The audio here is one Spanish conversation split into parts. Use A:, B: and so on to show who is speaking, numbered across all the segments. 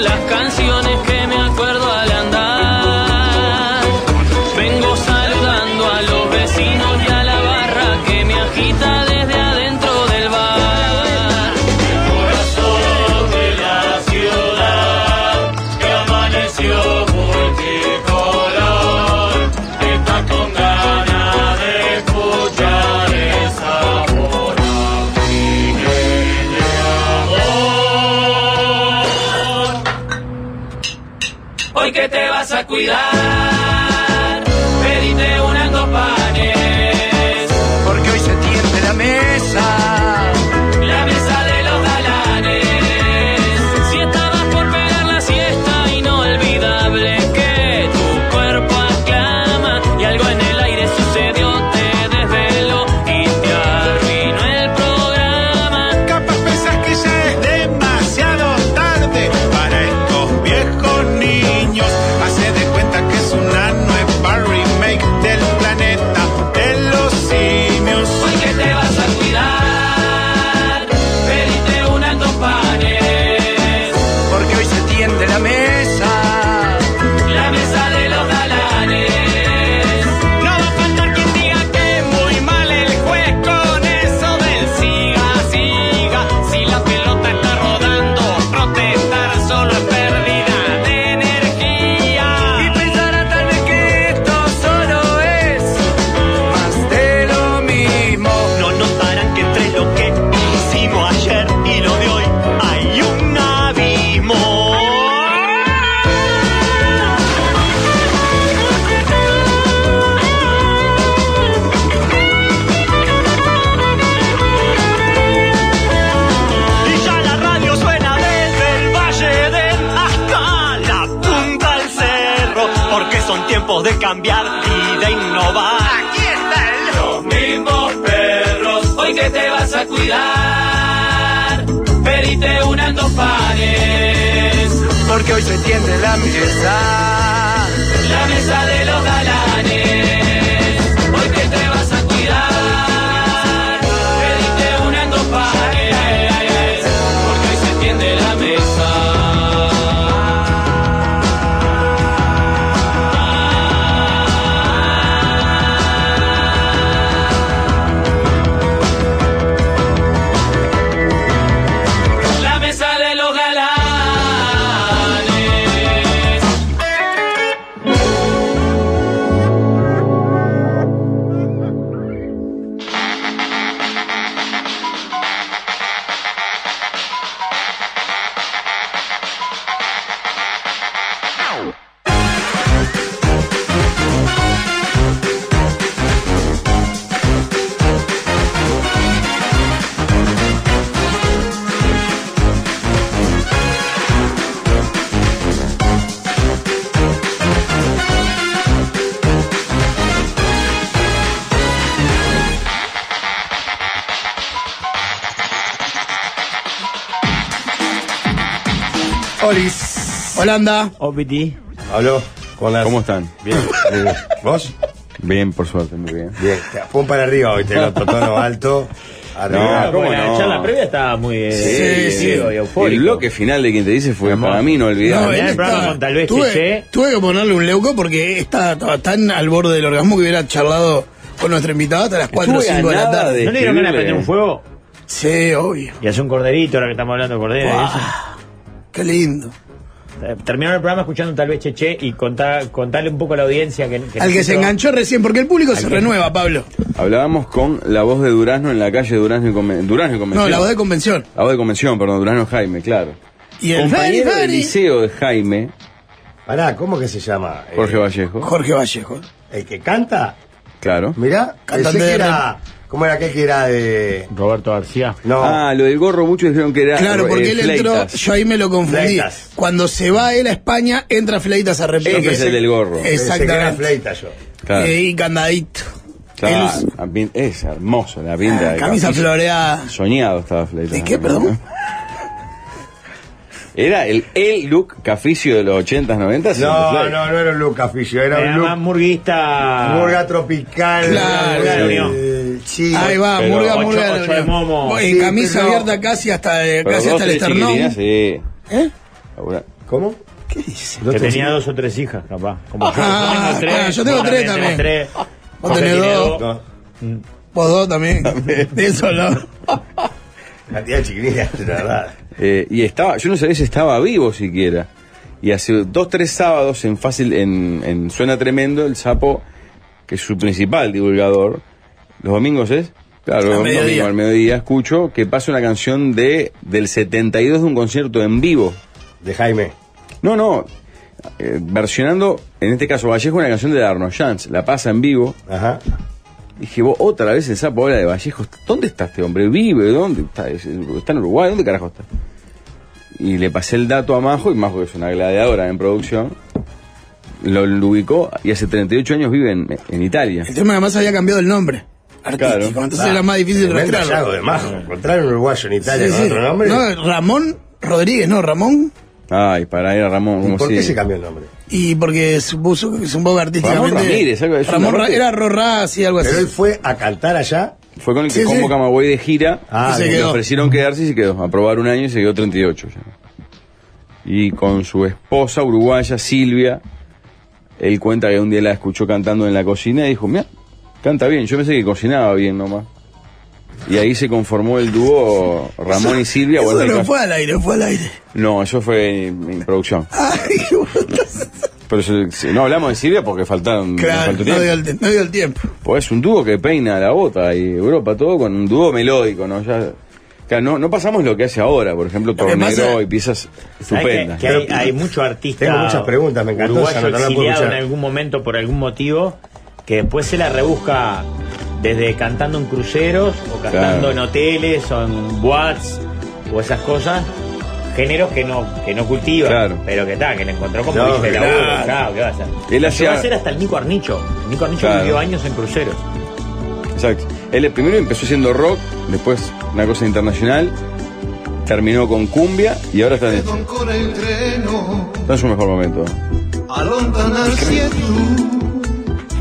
A: las canciones que me acuerdo al andar. Vengo saludando a los vecinos y a la barra que me agita desde adentro del bar.
B: Corazón de la ciudad que amaneció multicolor, está con ganas de escuchar esa voz
A: Hoy que te vas a cuidar, pedite unas dos panes.
C: Porque hoy se tiende la mesa.
A: La mesa de los galanes. Si estabas por pegar la siesta, inolvidable que tu cuerpo aclama. Y algo en el aire sucedió, te desveló y te arruinó el programa.
C: Capaz pensás que ya es demasiado tarde para estos viejos niños. Hace de cuenta que es una nueva remake del planeta de los simios.
A: Hoy que te vas a cuidar, pedite unas dos panes.
C: Porque hoy se tiende la mesa.
A: La mesa de los galanes.
C: No va a faltar quien diga que muy mal el juez con eso del siga, siga.
A: Si la pelota está rodando, protestar solo es pérdida de
C: Y
A: energía.
C: pensará tal vez que esto solo es más de lo mismo.
B: No notarán que entre lo que hicimos ayer y lo de hoy hay un abismo. Y ya la radio suena desde el Valle del
C: ah,
B: hasta la punta al cerro, porque son tiempos de cambiar y de innovar. Aquí están los mismos perros.
A: Hoy que te vas a cuidar, pedite unas dos panes.
C: Porque hoy se tiende la mesa.
A: La mesa de los galanes. Hoy que te vas a cuidar, pedite unas dos panes. Porque hoy se tiende la mesa. La mesa de los galanes.
D: Olis. Holanda.
E: Obidi.
F: Habló con las.
G: ¿Cómo están?
F: Bien. Eh, ¿Vos?
G: Bien, por suerte, muy bien.
F: Bien. Te- Pum para arriba hoy, te lo tono alto. Arriba.
G: No, ¿cómo
E: Ah, Bueno,
G: no?
E: la charla previa estaba muy eh,
D: Ah, Sí, sí.
E: vivo y eufórico.
G: El bloque final de quien te dice fue
E: Hermoso.
G: para mí, no
E: No,
G: olvidar.
E: el
D: él
E: programa
D: está-
E: con tal vez
D: tuve,
E: Cheche.
D: tuve que ponerle un leuco porque esta- estaba tan al borde del orgasmo que hubiera charlado con nuestra invitada hasta las 4 o 5 de la tarde.
E: ¿No le dieron ganas de prender un fuego?
D: Sí, obvio.
E: Y hacer un corderito, ahora que estamos hablando de cordero. y eso.
D: Qué lindo.
E: Eh, Terminaron el programa escuchando un tal vez Cheche y contá- contarle un poco a la audiencia que,
D: Al que se
E: nosotros-
D: enganchó recién, porque el público se renueva, Pablo.
G: Hablábamos con la voz de Durazno en la calle Durazno y, Conven- Durazno y Convención.
D: No, la voz de convención.
G: La voz de Convención, perdón, Durazno Jaime, claro.
D: Y el
G: Compañero
D: Ferry,
G: del
D: Ferry.
G: liceo de Jaime,
F: Pará, ¿cómo que se llama? Eh,
G: Jorge Vallejo,
D: Jorge Vallejo.
F: ¿El que canta?
G: claro.
F: Mirá,
D: Cantante
F: pensé que
D: de
F: era. ¿Cómo era aquel que era de.?
E: Roberto García.
F: No.
G: Ah, lo del gorro muchos dijeron que era
D: Claro,
G: eh,
D: porque él entró,
G: Fleitas.
D: yo ahí me lo confundí.
F: Fleitas.
D: Cuando se va él a España, entra Fleitas a repetir.
G: Ese es el del gorro.
F: pensé que era
D: Exactamente.
F: fleita yo.
G: Claro,
D: Eh, Y candadito.
G: claro.
D: Él- Ah,
G: Ah, bien, es hermoso la pinta. de
D: camisa
G: Campos.
D: floreada.
G: Soñado estaba Fleitas.
D: ¿De qué, perdón?
G: ¿eh? Era el, el look caficio de los 80s, 90s.
F: No,
G: Fleitas.
F: no, no era un Lucas Fillo,
E: Era
F: era un
E: más
F: Lucas.
E: murguista.
F: Murga tropical.
D: Claro,
F: murga,
E: sí.
F: eh, sí.
D: Ahí va,
G: Pero
D: murga,
G: ocho-
D: murga.
E: ocho de momo.
D: Eh,
F: Sí,
D: camisa
F: pero-
D: abierta casi hasta, eh,
G: Pero
D: casi
G: dos,
D: hasta el
G: tres
D: esternón. ¿Eh?
G: chiquilinas, sí. laburar.
F: ¿Cómo?
D: ¿Qué dice?
F: Yo
E: Que
F: te-
E: tenía dos o tres hijas, capaz. Como
D: Ah,
E: yo.
D: ah, yo tengo
E: vos
D: tres también.
E: tenés
D: Vos
E: José
D: tenés
E: tiene
D: dos.
F: No,
D: Vos dos también. De eso hablaba.
F: cantidad de chiquilines, la verdad.
G: Eh, y estaba, yo no sabía si estaba vivo siquiera. Y hace dos, tres sábados en fácil, en, en Suena Tremendo, el sapo, que es su principal divulgador, los domingos es, claro, los
D: mediodía.
G: domingos al mediodía, escucho que pasa una canción de del 72 de un concierto en vivo.
F: De Jaime.
G: No, no, eh, versionando, en este caso Vallejo, una canción de Darno Chance, la pasa en vivo.
F: Ajá.
G: Dije, vos, otra vez el sapo habla de Vallejo. ¿Dónde está este hombre? ¿Vive? ¿Dónde está? Es- ¿Está en Uruguay? ¿Dónde carajo está? Y le pasé el dato a Majo, y Majo que es una gladiadora en producción, lo, lo ubicó y hace 38 años vive en, en Italia.
D: El tema además había cambiado el nombre. Artístico.
G: Claro.
D: Entonces
F: Ah,
D: era más difícil
F: tremendo hallazgo
D: rastrearlo.
F: de Majo. Encontrar un uruguayo en Italia
D: Sí,
F: con
D: sí.
F: otro nombre.
D: No, Ramón Rodríguez, no, Ramón.
G: Ay, para ir a Ramón.
F: ¿Y
G: ¿cómo
F: ¿Por qué
G: sigue?
F: se cambió el nombre?
D: Y porque supuso que es un poco artísticamente.
G: Ramón Ramírez, algo de eso,
D: Ramón
G: ¿no?
D: Ra- era Rorra, sí, algo así.
F: Pero él fue a cantar allá.
G: Fue con el que
D: Sí,
G: como
D: sí.
G: Camagüey de gira.
F: Ah,
D: Y se
F: bien.
G: Le
D: quedó.
G: ofrecieron quedarse y se quedó. A probar un año y se quedó 38. ya. Y con su esposa uruguaya, Silvia, él cuenta que un día la escuchó cantando en la cocina y dijo, mira, canta bien. Yo pensé que cocinaba bien nomás. Y ahí se conformó el dúo Ramón y Silvia.
D: Eso
G: bueno, en el
D: no
G: caso-
D: fue al aire, fue al aire.
G: no, eso fue en, en producción.
D: Ay, putas.
G: Pero se- se- no hablamos de Silvia porque faltaron nos
D: claro,
G: faltó
D: no
G: tiempo.
D: dio, el, te- no dio el tiempo.
G: Pues es un dúo que peina la bota y Europa todo con un dúo melódico, ¿no? Ya, claro, no, no pasamos lo que hace ahora, por ejemplo,
D: Lo que pasa-
G: Tornero y piezas
E: ¿Sabés que-
G: estupendas.
E: que hay, hay mucho artista.
F: Tengo muchas preguntas, me encantó
E: uruguayo
F: esa nota, no la puedo
E: exiliado en
F: escuchar.
E: algún momento por algún motivo que después se la rebusca desde cantando en cruceros o cantando
G: Claro.
E: en hoteles o en boats o esas cosas. Géneros que no, que no cultiva,
G: Claro.
E: pero que está, que le encontró como
F: No,
E: viste
F: claro.
E: laburo, claro, ¿qué va a hacer?
G: Él
E: Lo
G: hacía-
E: llegó a hacer hasta el Nico Arnicho. El Nico Arnicho
G: Claro.
E: vivió años en cruceros.
G: Exacto. Él primero empezó haciendo rock, después una cosa internacional, terminó con cumbia y ahora está en, está en su mejor momento.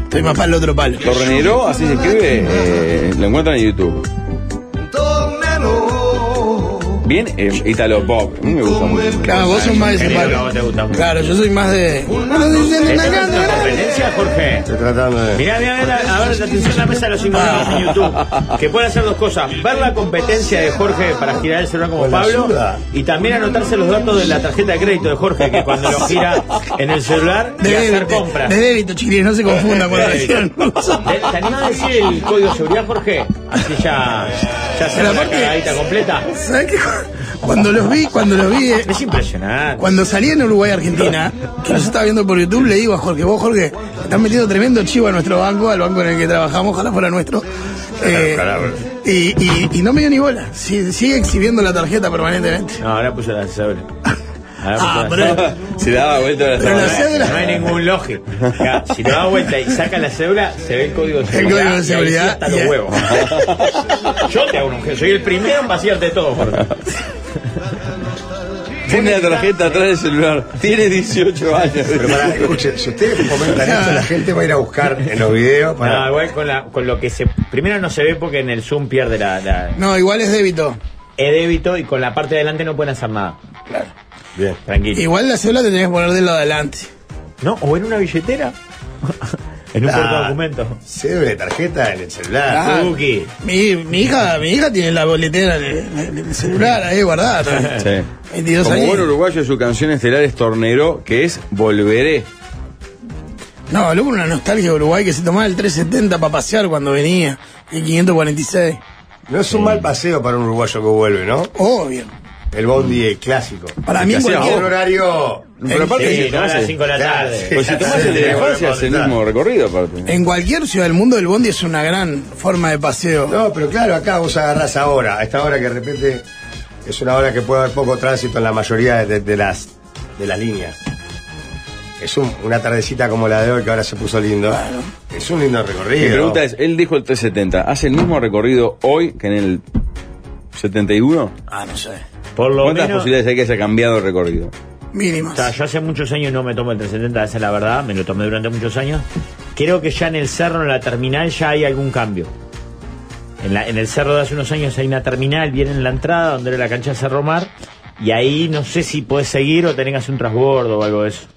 D: Estoy más para el otro palo.
G: Tornero, así se escribe, eh, lo encuentran en YouTube. Bien, eh, Italo Pop, a mí me gusta mucho.
D: Claro, vos sos más de ese
E: Género que a
D: palo.
E: vos te gusta mucho.
D: Claro, yo soy más de.
E: ¿Esta es nuestra competencia, Jorge?
F: Estoy tratando de.
E: Mirá, mirá, mirá, a ver, atención a la mesa de los invitados en YouTube. Que pueden hacer dos cosas: ver la competencia de Jorge para girar el celular como
F: Con la
E: Pablo
F: ayuda.
E: y también anotarse los datos de la tarjeta de crédito de Jorge, que cuando lo gira en el celular,
D: De
E: y hacer
D: débito,
E: compras.
D: de débito, chiquilines, no se confundan con la
E: Débito. ¿Te, te animás a decir el código de seguridad, Jorge? Así ya, ya se
D: Pero
E: la
D: aparte-
E: cagadita completa.
D: ¿Sabes qué? Cuando los vi, cuando los vi, eh,
E: Es impresionante.
D: cuando salí en Uruguay Argentina, que los estaba viendo por YouTube, le digo a Jorge, vos Jorge, están metiendo tremendo chivo a nuestro banco, al banco en el que trabajamos, ojalá fuera nuestro. Eh,
F: Ojalá, ojalá.
D: y, y- y no me dio ni bola, Si- sigue exhibiendo la tarjeta permanentemente.
E: No, ahora puse la cédula. Ahora puso
D: Ah,
E: la
D: pero,
G: Se daba vuelta a la
D: pero la
G: sábana.
D: cédula-
E: No hay ningún lógico. Ya, Si te das vuelta y sacas la cédula, se ve el código de seguridad.
D: código de
E: Y ahí
D: seguridad,
E: sí hasta
D: y-
E: los huevos. Yo te hago un gesto. Soy el primero en vaciarte todo, Jorge.
G: Tiene la tarjeta atrás del celular. Tiene 18 años.
F: Pero para, escuche, si ustedes comentan esto, la gente va a ir a buscar en los videos
E: No,
F: para.
E: igual con, la- con lo que se. Primero no se ve porque en el Zoom pierde la. la
D: No, igual es débito.
E: el débito y con la parte de adelante no pueden hacer nada.
F: Bien.
E: Tranquilo.
D: Igual la cédula te tenés que poner del lado de adelante.
E: No, o en una billetera. en un
F: Ah.
E: porta documento.
F: Cédula de tarjeta en el celular.
D: Ah.
E: Cookie.
D: Mi, mi hija, mi hija tiene la boletera en el- en el celular ahí guardada.
G: Sí.
D: 22
G: Como
D: años.
G: buen uruguayo, su canción estelar es Tornero, que es Volveré.
D: No, habló con una nostalgia de Uruguay que se tomaba el 370 para pasear cuando venía, el 546.
F: No es un mal paseo para un uruguayo que vuelve, ¿no?
D: Obvio.
F: El bondi clásico.
D: Para mí,
G: ¿Qué hacía
F: Un
D: cualquier.
G: ahora?
F: horario.
G: Pero aparte,
E: Sí,
G: si
E: no a las
G: tomás,
E: 5 de la
F: Claro,
E: tarde.
F: sí.
G: pues si tomás el de la infancia, es el mismo recorrido, aparte.
D: En cualquier ciudad del mundo el bondi es una gran forma de paseo.
F: No, pero claro, acá vos agarrás ahora, a esta hora que de repente es una hora que puede haber poco tránsito en la mayoría de, de las, de las líneas. Es un- una tardecita como la de hoy que ahora se puso lindo. Es un lindo recorrido.
G: Mi pregunta es, él dijo el 370, ¿hace el mismo recorrido hoy que en el 71?
D: Ah, no sé.
E: Por lo
G: ¿Cuántas
E: menos.
G: posibilidades hay que haya cambiado el recorrido?
E: O sea,
D: Mínimas.
E: yo hace muchos años no me tomo el 370, esa es la verdad, me lo tomé durante muchos años. Creo que ya en el cerro, en la terminal, ya hay algún cambio. En, la- en el cerro de hace unos años hay una terminal, viene en la entrada, donde era la cancha de Cerro Mar, Y ahí no sé si podés seguir o tenés que hacer un transbordo o algo de eso.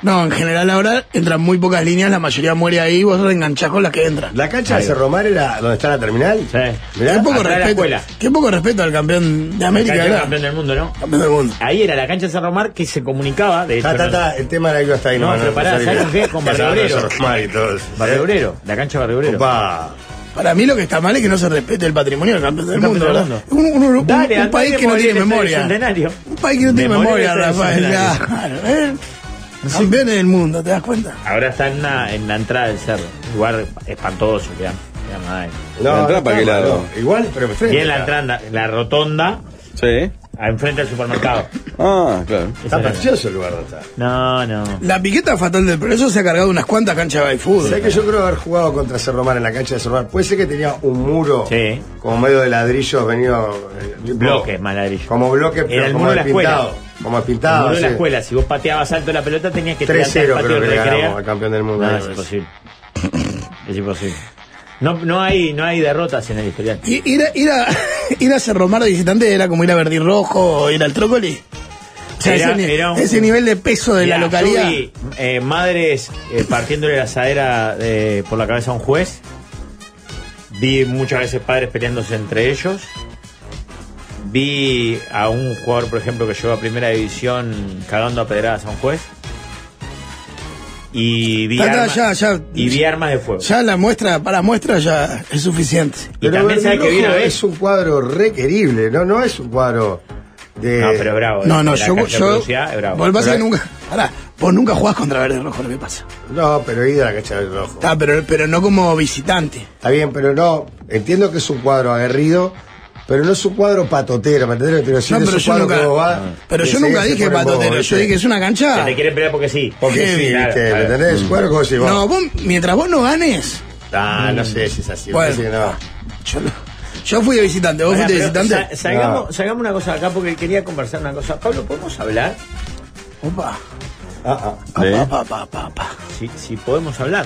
D: No, en general ahora entran muy pocas líneas, la mayoría muere ahí, vos reenganchás con las que entran.
F: La cancha de
E: Ahí va.
F: Cerro Mar era donde está la terminal.
E: Sí.
F: Mirá,
D: Qué poco,
E: atrás de la
D: respeto,
E: escuela.
D: qué poco respeto al campeón de
E: Acá
D: América,
E: hay un
D: ¿verdad?
E: campeón del mundo, ¿no?
D: Campeón del mundo.
E: Ahí era la cancha de Cerro Mar que se comunicaba, de hecho.
F: Ta, ta,
E: no-
F: ta, el tema era que hasta ahí.
E: No, pero pará,
F: sé
E: ¿sabes
F: qué-
E: con qué? Con
F: Ya se habló de
E: Barrio Obrero.
F: Cerro Mar y todo eso.
E: Barrio Obrero, la cancha Barrio Obrero.
F: Opa.
D: Para mí lo que está mal es que no se respete el patrimonio del campeón del
E: El campeón
D: mundo,
E: del
D: ¿verdad? Un, un- un-
E: Dale,
D: un
E: andá
D: país
E: bien
D: que no
E: por
D: tiene
E: el estadio
D: memoria.
E: Centenario.
D: Un país que no tiene
E: Memoria
D: memoria,
E: del estadio
D: Rafael.
E: Centenario.
D: claro, ¿eh? Campeones del mundo, ¿te das cuenta?
E: Ahora está en, la- en la entrada del cerro. Lugar espantoso, que queda mal.
F: No,
G: ¿La entrada
F: no
G: para qué
F: está,
G: lado?
F: no. Igual, pero
E: Y en la entrada, en la rotonda,
G: Sí.
E: a- enfrente del supermercado.
G: Ah, claro.
F: Está
E: Esa era-
F: precioso el lugar donde está.
E: No, no.
D: La piqueta fatal del progreso se ha cargado unas cuantas canchas de fútbol.
F: ¿Sabes que yo creo haber jugado contra Cerro Mar en la cancha de Cerro Mar? Puede ser que tenía un muro
E: Sí.
F: como medio de ladrillos venido. eh, tipo-
E: Bloques, más ladrillo.
F: Como bloque,
E: Era
F: pero
E: el
F: como
E: muro de la escuela.
F: pintado. Como
E: El
F: pintado.
E: muro de la
F: sí.
E: escuela, si vos pateabas alto la pelota tenías que tirarte
F: 3-0
E: al patio
F: creo que
E: de
F: le
E: recrea.
F: ganamos al campeón del mundo.
E: No,
F: Ahí
E: es
F: ves.
E: imposible. Es imposible. No, no, hay, no hay derrotas en el historial.
D: Y Ir a, ir, a, ir a Cerro Mar de visitante era como ir a Verdi Rojo o ir al Trócoli. O sea,
E: Era-
D: ese, ni-
E: era un-
D: ese nivel de peso de la
E: Mirá,
D: localidad.
E: yo vi, eh, madres eh, partiéndole la asadera eh, por la cabeza a un juez. Vi muchas veces padres peleándose entre ellos. Vi a un jugador, por ejemplo, que llegó a primera división cagando a pedradas a un juez. Y vi,
D: Tata,
E: armas-
D: ya, ya.
E: y vi armas de fuego.
D: Ya la muestra, para muestra ya es suficiente.
E: y también
F: Verdi
E: sabe que vi una
F: Rojo
E: vez.
F: Es un cuadro requerible, no, no es un cuadro de.
E: No, pero es bravo.
D: No, no,
E: La
D: yo.
E: cancha de
D: yo
E: velocidad es bravo.
D: vos pasa que
F: Pero-
D: nunca. Pará, vos nunca jugás contra Verdi Rojo, lo que pasa.
F: No, pero he ido a la cancha del rojo.
D: Está, Ah, pero, pero no como visitante.
F: Está bien, pero no. Entiendo que es un cuadro aguerrido, pero no es un cuadro patotero, ¿me entendés? Pero, sí
D: No,
F: es
D: pero
F: un
D: yo
F: cuadro
D: nunca- Ah.
F: que vos vas,
D: Pero
F: que
D: yo
F: se-
D: nunca
F: se
D: dije
F: pone en
D: patotero,
F: bobo,
D: yo
F: ¿viste?
D: dije es una
E: Que
D: cancha.
E: te quieren pelear porque sí.
F: Porque
D: Heavy, Mm.
F: sí,
E: claro,
F: ¿viste? ¿Me
E: claro.
F: entendés? Cuadro como si vos-
D: No, vos, mientras vos no ganes.
F: Ah, no sé si es así.
D: Bueno.
F: parece que no. Ah,
D: Yo, no- yo fui de visitante, vos
E: Pará,
D: fuiste de
E: pero
D: visitante.
E: sa- salgamos, salgamos una cosa acá porque quería conversar una cosa. Pablo, ¿podemos hablar?
D: Opa,
F: Ah, ah.
G: Sí.
D: opa, pa, pa, pa, pa.
E: Si, si podemos hablar.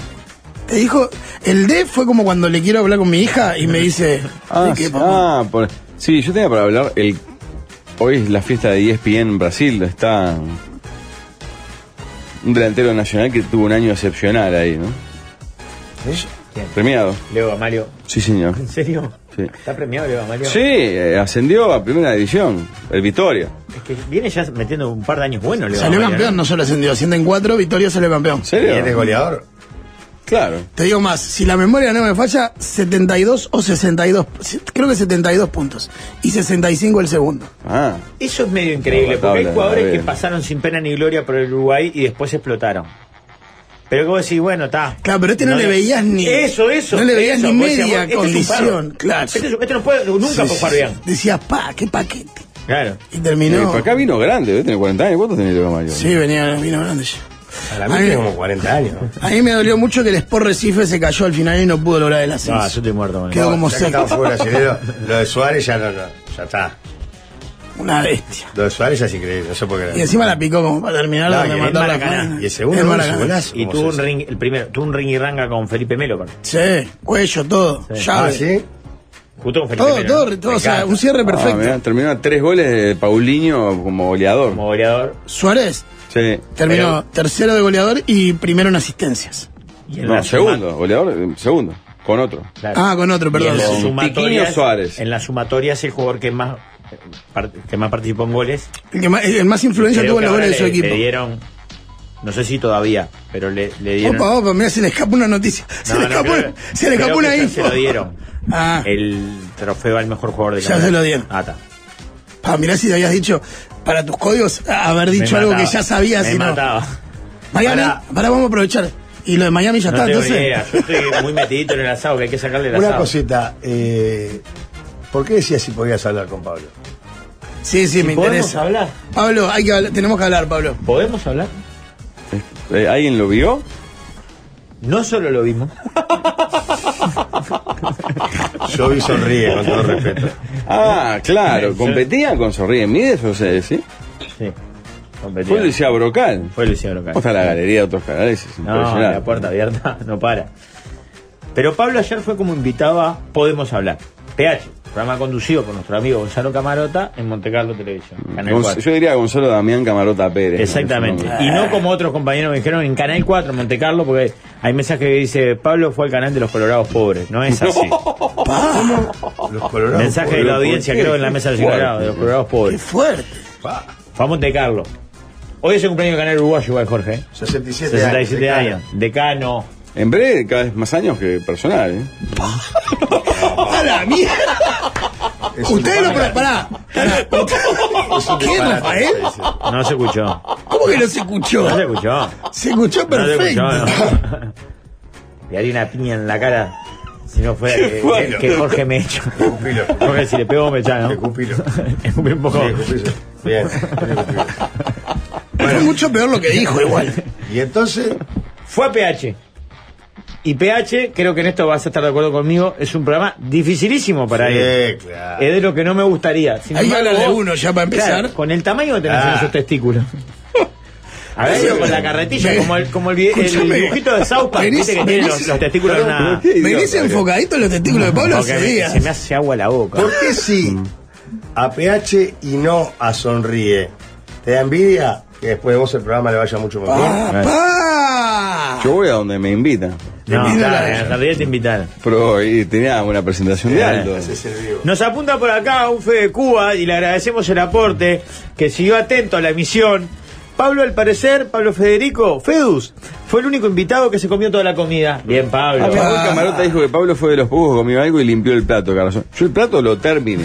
D: Te dijo, el D fue como cuando le quiero hablar con mi hija y me dice,
G: Ah,
D: "¿De qué,
G: sí,
D: papá?".
G: ah, por- sí, yo tenía para hablar. El, hoy es la fiesta de E ESPN en Brasil. Está un delantero nacional que tuvo un año excepcional ahí, ¿no? Premiado.
E: Leo Amalio.
G: Sí, señor.
E: ¿En serio?
G: Sí.
E: ¿Está premiado Leo Amalio?
G: Sí, eh, ascendió a primera división. El Vitoria.
E: Es que viene ya metiendo un par de años buenos Leo
D: Salió
E: Amalio,
D: campeón,
E: ¿no?
D: no solo ascendió, asciende en cuatro, Victoria salió campeón.
G: ¿En
F: ¿Y eres
G: serio?
F: goleador?
G: Claro.
D: Te digo más, si la memoria no me falla, 72 o 62, creo que 72 puntos y 65 el segundo.
G: Ah,
E: Eso es medio increíble,
G: No,
E: porque hay
G: tabla,
E: jugadores
G: está
E: que
G: bien.
E: pasaron sin pena ni gloria por el Uruguay y después explotaron. Pero que vos decís, bueno, está.
D: Claro, pero este no, le veías ni.
E: Eso, eso.
D: No le veías
E: eso.
D: ni
E: Vos decías,
D: media
E: vos, este es un
D: condición.
E: perro.
D: claro.
E: Este, es un- este no puede, nunca
D: Sí,
E: puede
D: sí,
E: jugar
D: sí.
E: bien.
D: Decías, pa, qué paquete.
E: Claro.
D: Y
G: Eh,
D: terminó.
G: para acá vino grande, debe tener 40 años. ¿Cuántos tenía Leo Mario?
D: Sí, venía, vino grande ya.
F: Para
D: A
F: mí
D: mí-
F: tiene como 40 años.
D: A mí me dolió mucho que el Sport Recife se cayó al final y no pudo lograr el ascenso.
E: Ah, yo estoy muerto, man.
D: Quedó como
F: Ya que
D: sexto.
F: estamos fuera brasileño, lo de Suárez ya no, no, ya está. Ah,
D: Una bestia.
F: Lo de Suárez ya es increíble, no sé por qué.
D: Y encima la picó como para terminar
F: No,
D: donde
F: y el
D: mató a la
F: Maracaná.
D: cadena.
F: Y el segundo,
D: El
F: ¿no?
D: Maracaná.
F: Su golazo.
E: Y
F: ¿Cómo
E: tuvo
F: es
E: un
F: eso?
E: ring, el primero, tuvo un ring y ranga con Felipe Melo, aparte.
D: Sí, cuello, todo.
F: Ah,
D: Llave.
F: sí.
E: Justo con Felipe
D: Todo,
E: Melo.
D: todo,
E: ¿no?
D: todo,
F: Me
D: o sea,
F: encanta.
D: un cierre
G: Ah,
D: perfecto.
G: mirá, terminó a tres goles de Paulinho como goleador.
E: Como goleador.
D: Suárez
G: Sí.
D: terminó tercero de goleador y primero en asistencias.
E: Y en
G: No,
E: la suma-
G: segundo, goleador, eh, segundo, con otro.
E: Claro.
D: Ah, con otro,
E: Y
D: perdón.
E: en las
G: Con
E: sumatorias,
G: Tiquinho Suárez.
E: En las sumatorias el jugador que más eh, par- que más participó en goles.
D: El, que más, el más influencia
E: Creo
D: tuvo en
E: que
D: los
E: ahora
D: goles de su
E: le-
D: equipo.
E: Le dieron, no sé si todavía, pero le, le dieron.
D: Opa, opa, mira, se le escapó una noticia. Se
E: No,
D: le
E: no,
D: escapó,
E: creo-
D: se le
E: creo
D: escapó
E: que
D: una
E: ya
D: info.
E: Se lo dieron. Eh.
D: Ah,
E: El trofeo al mejor jugador de
D: Ya
E: campeonato.
D: se lo dieron.
E: Ah, está.
D: pa, mirá si te habías dicho, para tus códigos, a- haber
E: Me
D: dicho algo
E: mataba.
D: que ya sabías.
E: Me
D: y no.
E: mataba.
D: Miami,
E: Pará.
D: para. vamos a aprovechar. Y lo de Miami ya
E: No
D: está,
E: tengo
D: entonces.
E: ni idea. Yo estoy muy metidito en el asado que hay que sacarle el
F: Una
E: asado.
F: cosita, eh, ¿por qué decías si podías hablar con Pablo?
D: Sí, sí, me
E: ¿Podemos
D: interesa.
E: hablar?
D: Pablo, hay que hablar- tenemos que hablar, Pablo.
E: ¿Podemos hablar?
G: Eh, ¿Alguien lo vio?
E: No solo lo vimos.
F: Yo vi sonríe, con todo respeto.
G: Ah, claro, competía con Sorríe Mides, o sea, ¿sí?
E: Sí.
G: Fue Lucía Brocal.
E: Fue Luciano Local.
G: ¿Cómo está la galería de otros canales? Es
E: No,
G: impresionante.
E: la puerta abierta no para. Pero Pablo ayer fue como invitado a Podemos Hablar. PH. Programa conducido por nuestro amigo Gonzalo Camarota en Montecarlo Televisión. Canal
G: Gonz-
E: 4.
G: Yo diría Gonzalo Damián Camarota Pérez. ¿no?
E: Exactamente.
G: Es un nombre.
E: Y no como otros compañeros me dijeron en Canal 4, en Monte Carlo, porque hay mensaje que dice Pablo fue al canal de los colorados pobres. No es así.
F: Los colorados.
E: mensaje de la audiencia, creo, en la mesa de los
G: Fuerte.
E: colorados, de los colorados
D: Qué
E: pobres.
D: fuerte.
E: Fue a Monte Carlo. Hoy es el cumpleaños de Canal Uruguayo, igual Jorge. ¿eh?
F: 67,
E: 67
F: años.
E: años. Decano.
G: En breve, cada vez más años que personal, ¿eh?
D: ¡A la mierda!
F: Es un
D: Ustedes lo. Pará,
F: disparate.
D: pará.
F: Es un
D: ¿Qué,
F: disparate,
D: Rafael?
F: sí, sí.
E: No se escuchó.
D: ¿Cómo que no se escuchó?
E: No se escuchó.
D: Se escuchó
E: No se
D: perfecto.
E: escuchó. no. Le haría una piña en la cara si no fuera que,
G: fuerte.
E: que Jorge me echó.
F: Escupilo.
E: Jorge, si le pego, me echa, ¿no?
F: Escupilo.
E: Escupí un poco.
F: Sí, escupilo. Bien. bien, escupilo.
D: Fue mucho peor lo que dijo, igual.
F: Y entonces,
E: Fue a PH. Y PH, creo que en esto vas a estar de acuerdo conmigo, es un programa dificilísimo para
F: Sí,
E: él.
F: eh, claro.
E: Es de lo que no me gustaría. Sin
D: Hay que
E: embargo,
D: hablar de
E: vos,
D: uno ya para empezar.
E: claro, con el tamaño que tenés
F: Ah.
E: en esos testículos. A ver,
D: Eso-
E: con la carretilla,
D: me-
E: como el, como el, vide- el
D: Escúchame.
E: dibujito de South Park,
D: Venís-
E: viste que tiene los,
D: venís-
E: los testículos en una...
D: Venís enfocadito en los testículos de Pablo
E: Porque
D: hace
E: me-
D: días.
E: se me hace agua la boca.
F: ¿por qué sí a PH y no a Sonríe? ¿Te da envidia? Que después vos el programa le vaya mucho mejor.
D: Ah. ¡Papá!
G: Yo voy a donde me invitan.
E: No,
D: invito a la
E: dale,
D: olla.
E: en realidad te invitan.
G: Pero y tenía una presentación de
E: Eh, Sí.
G: alto.
F: Ese es el vivo.
E: Nos apunta por acá un Fede Cuba y le agradecemos el aporte que siguió atento a la emisión. Pablo, al parecer, Pablo Federico, Fedus, fue el único invitado que se comió toda la comida. Bien, Pablo.
G: Ah, mi
D: Ah.
G: abuelo Camarota dijo que Pablo fue de los pocos que comió algo y limpió el plato, Carlos. Yo el plato lo terminé.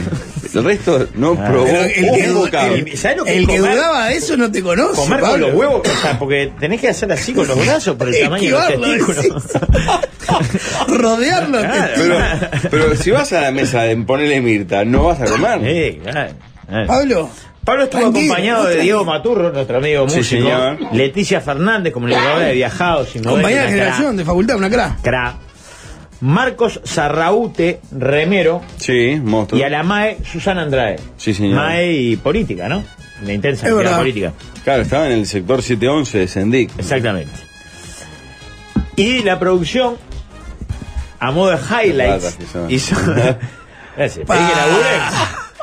G: El resto no
E: Ah.
G: probó
D: Pero el que,
G: un
D: du-
G: bocado.
D: el-
E: ¿Sabés lo que
D: el
E: es
D: que
E: comer?
D: dudaba de eso no te conoce.
E: Comer con
D: Pablo.
E: los huevos, o sea, porque tenés que hacer así con los brazos por el tamaño de los
D: Esquivarlo,
E: testículos.
D: decís. Rodear los
E: Claro.
D: testículos.
G: Pero, pero si vas a la mesa de ponerle Mirta, no vas a comer.
E: Eh, claro, claro.
D: Pablo,
E: Pablo estuvo
D: Tranquilo,
E: acompañado de
D: tranquilo.
E: Diego Maturro, nuestro amigo
G: Sí,
E: músico,
G: señor.
E: Leticia Fernández, comunicadora de viajados y
D: compañera de
E: Modena, cra-
D: generación de facultad, una cra.
E: cra. Marcos Sarraute, remero,
G: Sí, monstruo.
E: Y a la MAE, Susana Andrade.
G: Sí, señor.
E: MAE y política, ¿no? La intensa
D: Es
E: actividad
D: verdad.
E: política.
G: Claro, estaba en el sector 711 de Sendic.
E: Exactamente. Y la producción, a modo de
G: Las
E: highlights,
G: ratas que son.
E: hizo. Gracias. Pedí que
D: Pa.
E: labures.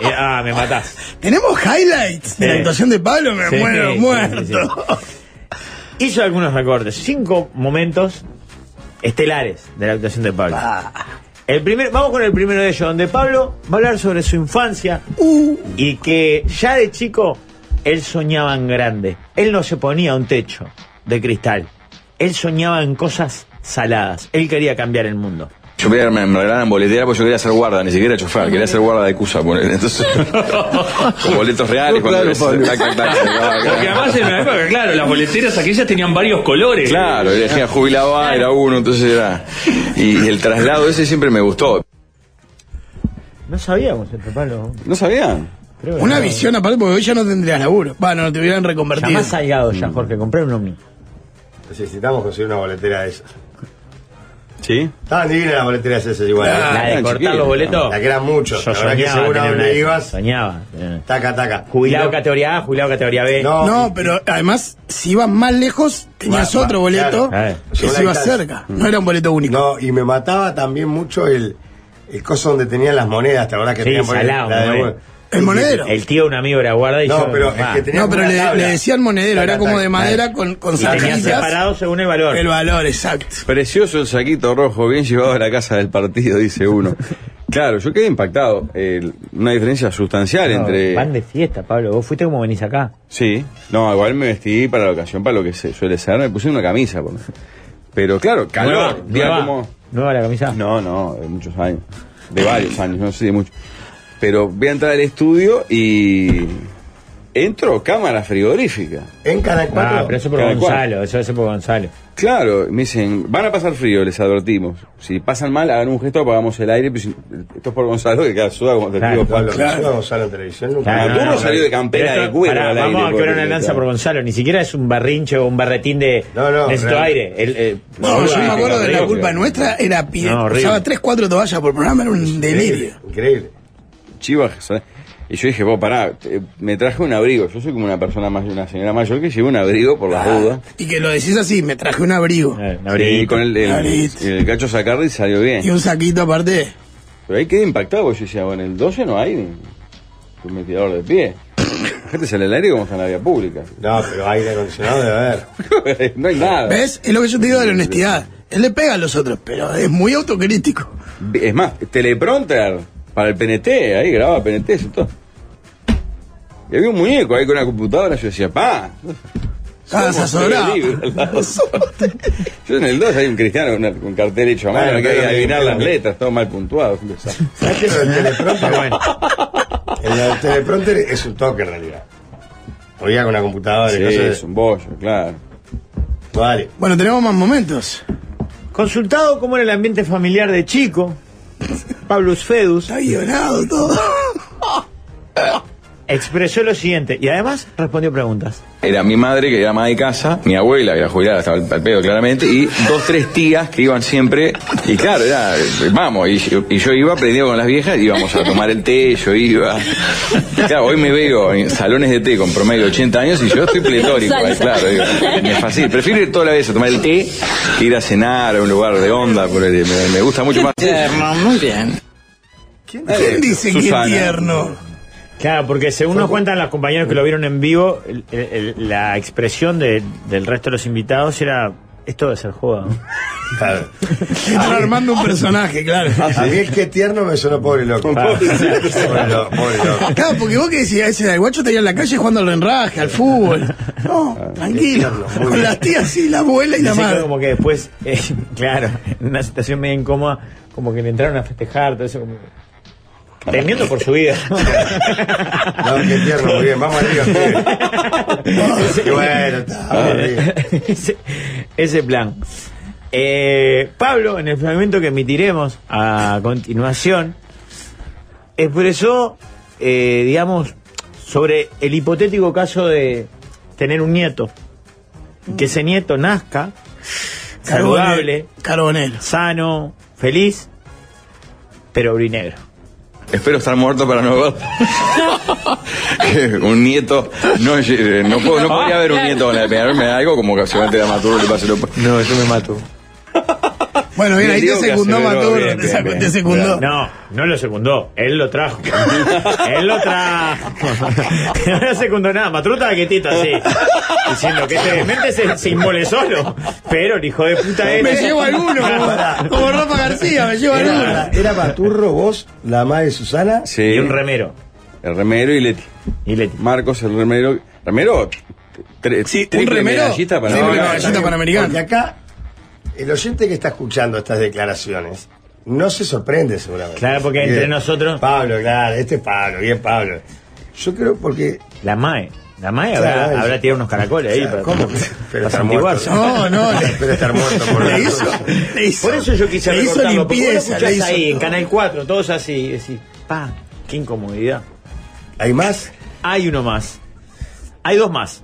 E: Eh, ah, me matás.
D: Tenemos highlights de la
E: Sí.
D: actuación de Pablo, me
E: Sí,
D: muero
E: sí,
D: muerto.
E: sí, Hizo algunos recortes. Cinco momentos estelares de la actuación de Pablo. El primer, vamos con el primero de ellos, donde Pablo va a hablar sobre su infancia,
D: Uh,
E: y que ya de chico él soñaba en grande. Él no se ponía un techo de cristal. Él soñaba en cosas saladas. Él quería cambiar el mundo.
H: Yo quería que me me regalaran boletera porque yo quería ser guarda, ni siquiera chofer, quería ser guarda de Cusa, ponele. Entonces, con boletos reales, cuando tac, tac, tac, se grababa acá.
I: Porque además en una época, claro, las boleteras aquellas tenían varios colores.
H: Claro, elegía jubilado A, era uno, entonces era. Y el traslado ese siempre me gustó.
E: No sabíamos esto, Pablo.
G: ¿No sabían?
E: Creo que
D: una
E: no.
D: visión aparte, porque hoy ya no tendrías laburo. Bueno, no te hubieran reconvertido.
E: Llamás salgado ya, Jorge. Compré un ovni.
F: Necesitamos conseguir una boletera de esas.
G: Sí.
F: Estaban divinas las boleteras esas igual. ¿eh?
E: La de
G: eran
E: cortar
G: chiquitos,
E: los boletos.
F: La que eran muchos.
E: Yo
F: la verdad que
E: soñaba.
F: seguro
E: tener una
F: donde
E: de esas.
F: ibas.
E: Soñaba. eh.
F: Taca, taca.
E: Jubilado categoría A, jubilado categoría B.
F: No,
D: No, pero además, si ibas más lejos, tenías
F: Va- va,
D: otro boleto
E: claro, eh.
D: que si ibas cerca. No era un boleto único.
F: No, y me mataba también mucho el, el coso donde tenían las monedas, ¿te acordás que
E: Sí,
F: tenían por
E: salado,
F: la de-
E: monedero.
D: El monedero.
E: El tío de un amigo era guarda y yo.
F: No, pero
E: ah.
F: el que tenía
D: No,
F: como
D: pero
F: una
D: le,
F: tabla.
D: le decían monedero, era
F: Taca,
D: como
F: taca.
D: de madera con, con
E: Y tenía
D: zapatillas.
E: separado según el valor.
D: El valor, exacto.
G: Precioso el saquito rojo, bien llevado a la casa del partido, dice uno. Claro, yo quedé impactado. Eh, una diferencia sustancial
E: No,
G: entre.
E: Van de fiesta, Pablo. Vos fuiste como venís acá.
G: Sí, no, igual me vestí para la ocasión, para lo que se suele ser, me puse una camisa. por- Pero claro, calor,
E: Nueva,
G: día
E: nueva.
G: como...
E: Nueva la camisa.
G: No, no, de muchos años, de varios años, no sé de mucho. Pero voy a entrar al estudio y entro cámara frigorífica.
F: En Canal 4.
E: Ah, pero eso por
G: Cada cual.
E: Gonzalo, eso es por Gonzalo.
G: Claro, me dicen, van a pasar frío, les advertimos. Si pasan mal, hagan un gesto, apagamos el aire. pero si- Esto es por Gonzalo, que cada suda como te
E: Claro,
G: digo,
F: Pablo,
G: Pablo.
F: claro. no Gonzalo en televisión nunca.
G: Claro, no,
F: Arturo
G: no, salió de campera
E: Pero
G: de cuero
E: pará,
G: al
E: vamos
G: aire,
E: a quebrar
G: porque-
E: una lanza por Gonzalo, ni siquiera es un barrinche o un barretín de
F: No, no,
E: necesito
F: realmente.
E: aire. El, eh, el-
D: No, yo me acuerdo de la
G: horrible.
D: culpa nuestra, era pie.
E: No, horrible.
D: usaba 3, 4 toallas por programa, era un delirio.
F: Increíble. increíble.
G: Chivas. ¿sabes? Y yo dije, vos, pará, te- me traje un abrigo. Yo soy como una persona más, una señora mayor que lleva un abrigo por las dudas.
D: Y que lo decís así, me traje un abrigo
E: Eh, Ah, un
G: Y
E: abriguito.
G: con el, el,
D: Abriguito.
G: el cacho sacarri salió bien.
D: y un saquito aparte.
J: Pero ahí quedé impactado, porque yo decía, bueno, en el 12 no hay ni un ventilador de pie. La gente sale al aire como está en la vía pública.
F: No, pero aire acondicionado debe haber.
J: no hay nada.
D: ¿Ves? Es lo que yo te digo de la honestidad. Él le pega a los otros, pero es muy autocrítico.
J: Es más, teleprompter para el PNT, ahí grababa PNT, y todo. Y había un muñeco ahí con una computadora, yo decía, pa.
D: Ah,
J: somos
D: sazonado.
J: Fede Libre al lado. Yo en el 2 hay un cristiano con una- con cartel hecho a mano
F: Bueno,
J: que hay
F: pero
J: que adivinar
F: bien,
J: las
F: bien.
J: letras, todo mal puntuado. es un desastre.
F: ¿Sabes que eso del teleprompter? Bueno, el del teleprompter es un toque en realidad. Oía con una computadora y
J: Sí,
F: cosas de-
J: es un bollo, claro.
F: Vale.
D: Bueno, tenemos más momentos.
E: Consultado cómo era el ambiente familiar de chico, Pablo Fedus
D: Está guionado todo.
E: expresó lo siguiente y además respondió preguntas.
G: Era mi madre, que era ama de casa, mi abuela, que era jubilada, estaba al, al pedo claramente, y dos, tres tías que iban siempre. Y claro, era, eh, vamos, y, yo- y yo iba prendido con las viejas, íbamos a tomar el té, yo iba. Y claro, hoy me veo en salones de té con promedio de 80 años y yo estoy pletórico, ahí, claro, digo, me fascina. Prefiero ir toda la vez a tomar el té que ir a cenar a un lugar de onda, porque me, me gusta mucho más.
D: Eh, muy bien. ¿Quién, quién dice
J: Susana.
D: que es tierno?
E: Claro, porque según nos cuentan los compañeros que lo vieron en vivo, el- el- el- la expresión de- del resto de los invitados era esto de ser joda. ¿no?
F: Claro.
D: Están armando un personaje, claro.
F: A mí el que tierno me sonó pobre loco. Pobre loco, pobre loco.
D: Claro, porque vos que decías, ese del guacho estaría en la calle jugando al renraje, al fútbol. No, tranquilo. Con las tías y la abuela y la
E: Así que
D: madre.
E: como que después, eh, claro, en una situación medio incómoda, como que le entraron a festejar, todo eso como que- temiendo por su vida.
F: No, qué tierno, muy bien. Vamos arriba, pibe. Y bueno, está, vamos
E: Ah,
F: arriba.
E: eh. ese, ese plan. Eh, Pablo, en el fragmento que emitiremos a continuación, expresó, eh, digamos, sobre el hipotético caso de tener un nieto. Que ese nieto nazca saludable,
D: Carbonel.
E: sano, feliz, pero brinegro.
G: Espero estar muerto para no ver. Que un nieto. No, eh, no, puedo- no podría haber un nieto con la de Peñarol. Me da algo como que seguramente a Maturo le pase lo.
E: No, yo me mato.
D: Bueno, bien,
J: Bien,
D: ahí te
J: Diego, que
D: secundó
J: aceleró,
D: Maturo.
J: bien,
D: te
J: bien,
D: sacó-
J: bien.
D: Te secundó.
E: No, no lo secundó, él lo trajo. él lo trajo. no lo secundó nada, Matruta quietita, sí. Diciendo que este demente se, se inmole solo. Pero el hijo de puta este él.
D: Me llevo alguno, como, como Rafa García, me llevo
F: Era,
D: alguno.
F: era Baturro, vos, la madre de Susana.
J: Sí.
E: Y un remero.
J: El remero y Leti.
E: Y Leti.
J: Marcos, el remero. ¿Remero? Tre-
D: Sí, un
J: triple
D: remero.
J: medallista para
D: Triple
J: no,
D: medallista.
J: claro.
D: Galleta Panamericana.
F: Y acá, el oyente que está escuchando estas declaraciones no se sorprende seguramente.
E: Claro, porque entre nosotros-
F: Pablo, claro, este es Pablo, bien Pablo. Yo creo porque.
E: La Mae. La Mae
F: Claro,
E: Eh, habrá,
F: eso.
E: habrá tirado unos caracoles ahí
F: Claro,
E: para,
F: ¿cómo?
E: para
F: Pero estar
E: santiguarse.
F: muerto.
D: No, no, le-
F: Espero estar muerto por
D: le
F: la-
D: hizo, le hizo.
E: Por eso yo quise
D: le hizo
E: recortarlo, porque vos lo
D: limpieza, le
E: escuchás
D: hizo.
E: ahí, en Canal 4, todos así, y decís, pa, qué incomodidad.
F: ¿Hay más?
E: Hay uno más. Hay dos más.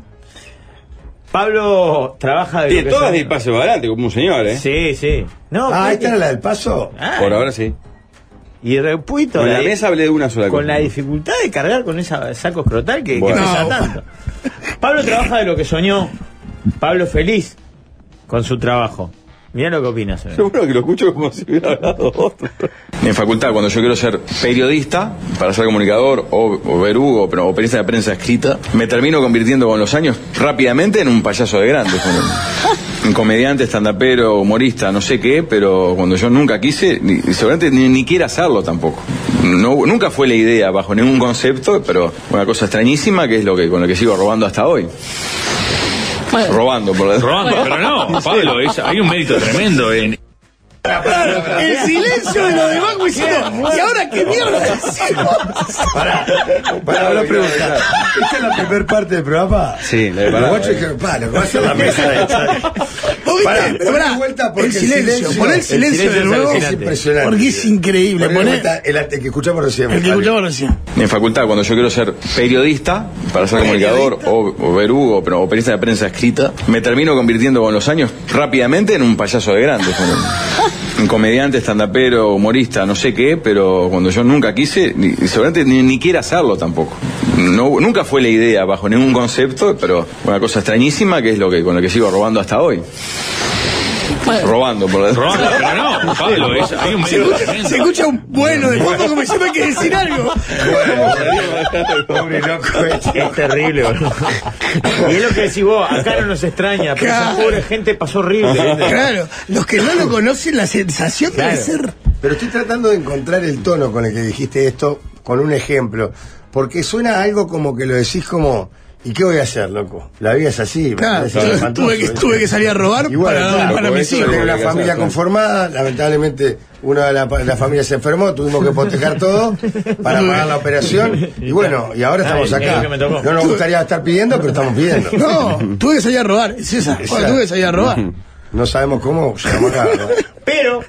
E: Pablo trabaja de lo
J: Tiene
E: que
J: todas
E: son-
J: de paso para adelante, como un señor, ¿eh?
E: Sí, sí. No,
F: Ah,
E: creo
F: esta
E: que-
F: era la del paso.
E: Ah,
J: Por ahora sí.
E: Y repuito.
J: Con la
E: la-
J: mesa hablé de una sola
E: con
J: cosa.
E: la dificultad de cargar con esa saco escrotal que, que
J: Bueno.
E: pesa
D: No.
E: tanto. Pablo trabaja de lo que soñó. Pablo feliz con su trabajo. Mirá lo que opinas. señor.
J: Seguro que lo escucho como si hubiera hablado otro.
G: En facultad, cuando yo quiero ser periodista, para ser comunicador o, o verugo, pero, o periodista de prensa escrita, me termino convirtiendo con los años rápidamente en un payaso de grande. un, un comediante, estandapero, humorista, no sé qué, pero cuando yo nunca quise, ni, y seguramente ni, ni quiera hacerlo tampoco. No, nunca fue la idea, bajo ningún concepto, pero una cosa extrañísima que es lo que con lo que sigo robando hasta hoy. Robando, por la
K: Robando, pero no, Pablo, es- hay un mérito tremendo en.
F: Ah, pues,
D: Claro, el silencio de los demás me hicieron. ¿Y ahora qué mierda decimos?
F: Pará, pará, una pregunta. ¿Esta es la primera parte del programa?
J: Sí, la
F: de
J: de pará,
F: Guacho
J: eh.
F: dijeron, pa, lo que va a ser la mesa esta.
D: ¿Vos viste?
F: Pará,
D: Pero pará,
F: dale vuelta porque
D: el silencio, pon el silencio,
E: silencio
D: de
E: es
D: nuevo.
F: Es impresionante.
D: Porque es increíble,
F: Ponle
D: poné-
F: vuelta el, el que escuchamos recién.
D: El que
F: Fabio.
D: escuchamos recién.
G: En facultad, cuando yo quiero ser periodista, para ser comunicador o, o verugo, pero, o periodista de prensa escrita, me termino convirtiendo con los años rápidamente en un payaso de grande. Un, un comediante, estandapero, humorista, no sé qué, pero cuando yo nunca quise, ni, y seguramente ni, ni quiera hacerlo tampoco. No, nunca fue la idea, bajo ningún concepto, pero una cosa extrañísima que es lo que con lo que sigo robando hasta hoy.
H: Robando, por la
I: Robando, pero no, Pablo, es, hay un
D: Se
I: medio
D: escucha, se escucha un bueno de fondo como siempre hay que decir algo.
F: Pobre loco este.
E: Es terrible, boludo. Y es lo que decís vos, acá no nos extraña, pero esa
D: Claro.
E: pobre gente pasó horrible. ¿viste?
D: Claro, los que no lo conocen, la sensación debe
E: Claro.
D: ser.
F: Pero estoy tratando de encontrar el tono con el que dijiste esto, con un ejemplo. Porque suena algo como que lo decís como, ¿y qué voy a hacer, loco? La vida es así.
D: Claro,
F: es algo
D: yo
F: espantoso,
D: tuve que-
F: ¿viste?
D: tuve que salir a robar
F: Y bueno,
D: para-
F: claro,
D: para
F: porque
D: mis
F: yo
D: hijos.
F: tengo una
G: Claro.
F: familia conformada, lamentablemente una de la, la familia se enfermó, tuvimos que proteger todo para pagar la operación. Y bueno, y ahora estamos
E: Ay,
F: acá.
E: mira lo que me tocó.
F: No nos gustaría estar pidiendo, pero estamos pidiendo.
D: No, tuve que salir a robar, es esa. Bueno,
F: Exacto.
D: tuve que salir a robar.
F: No sabemos cómo llegamos acá. ¿no?
E: Pero,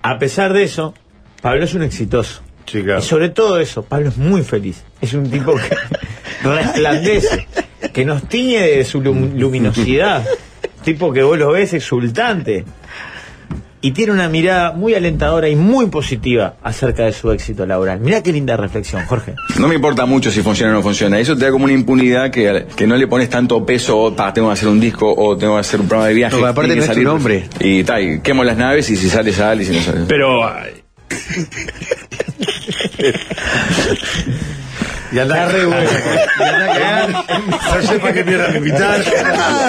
E: a pesar de eso, Pablo es un exitoso.
F: Sí, claro.
E: Y sobre todo eso, Pablo es muy feliz. Es un tipo que resplandece, que nos tiñe de su lum- luminosidad. tipo que vos lo ves exultante. Y tiene una mirada muy alentadora y muy positiva acerca de su éxito laboral. Mirá qué linda reflexión, Jorge.
H: No me importa mucho si funciona o no funciona. Eso te da como una impunidad que, que no le pones tanto peso o "Pa, tengo que hacer un disco o tengo que hacer un programa de viaje.
L: No, porque aparte
H: tiene que
L: no es tu
H: salir".
L: nombre.
H: Y tal, quemo las naves y si sale, sale y si no sale.
I: Pero ay,
F: Y andar re bueno. No sé para qué mierda me invitaron.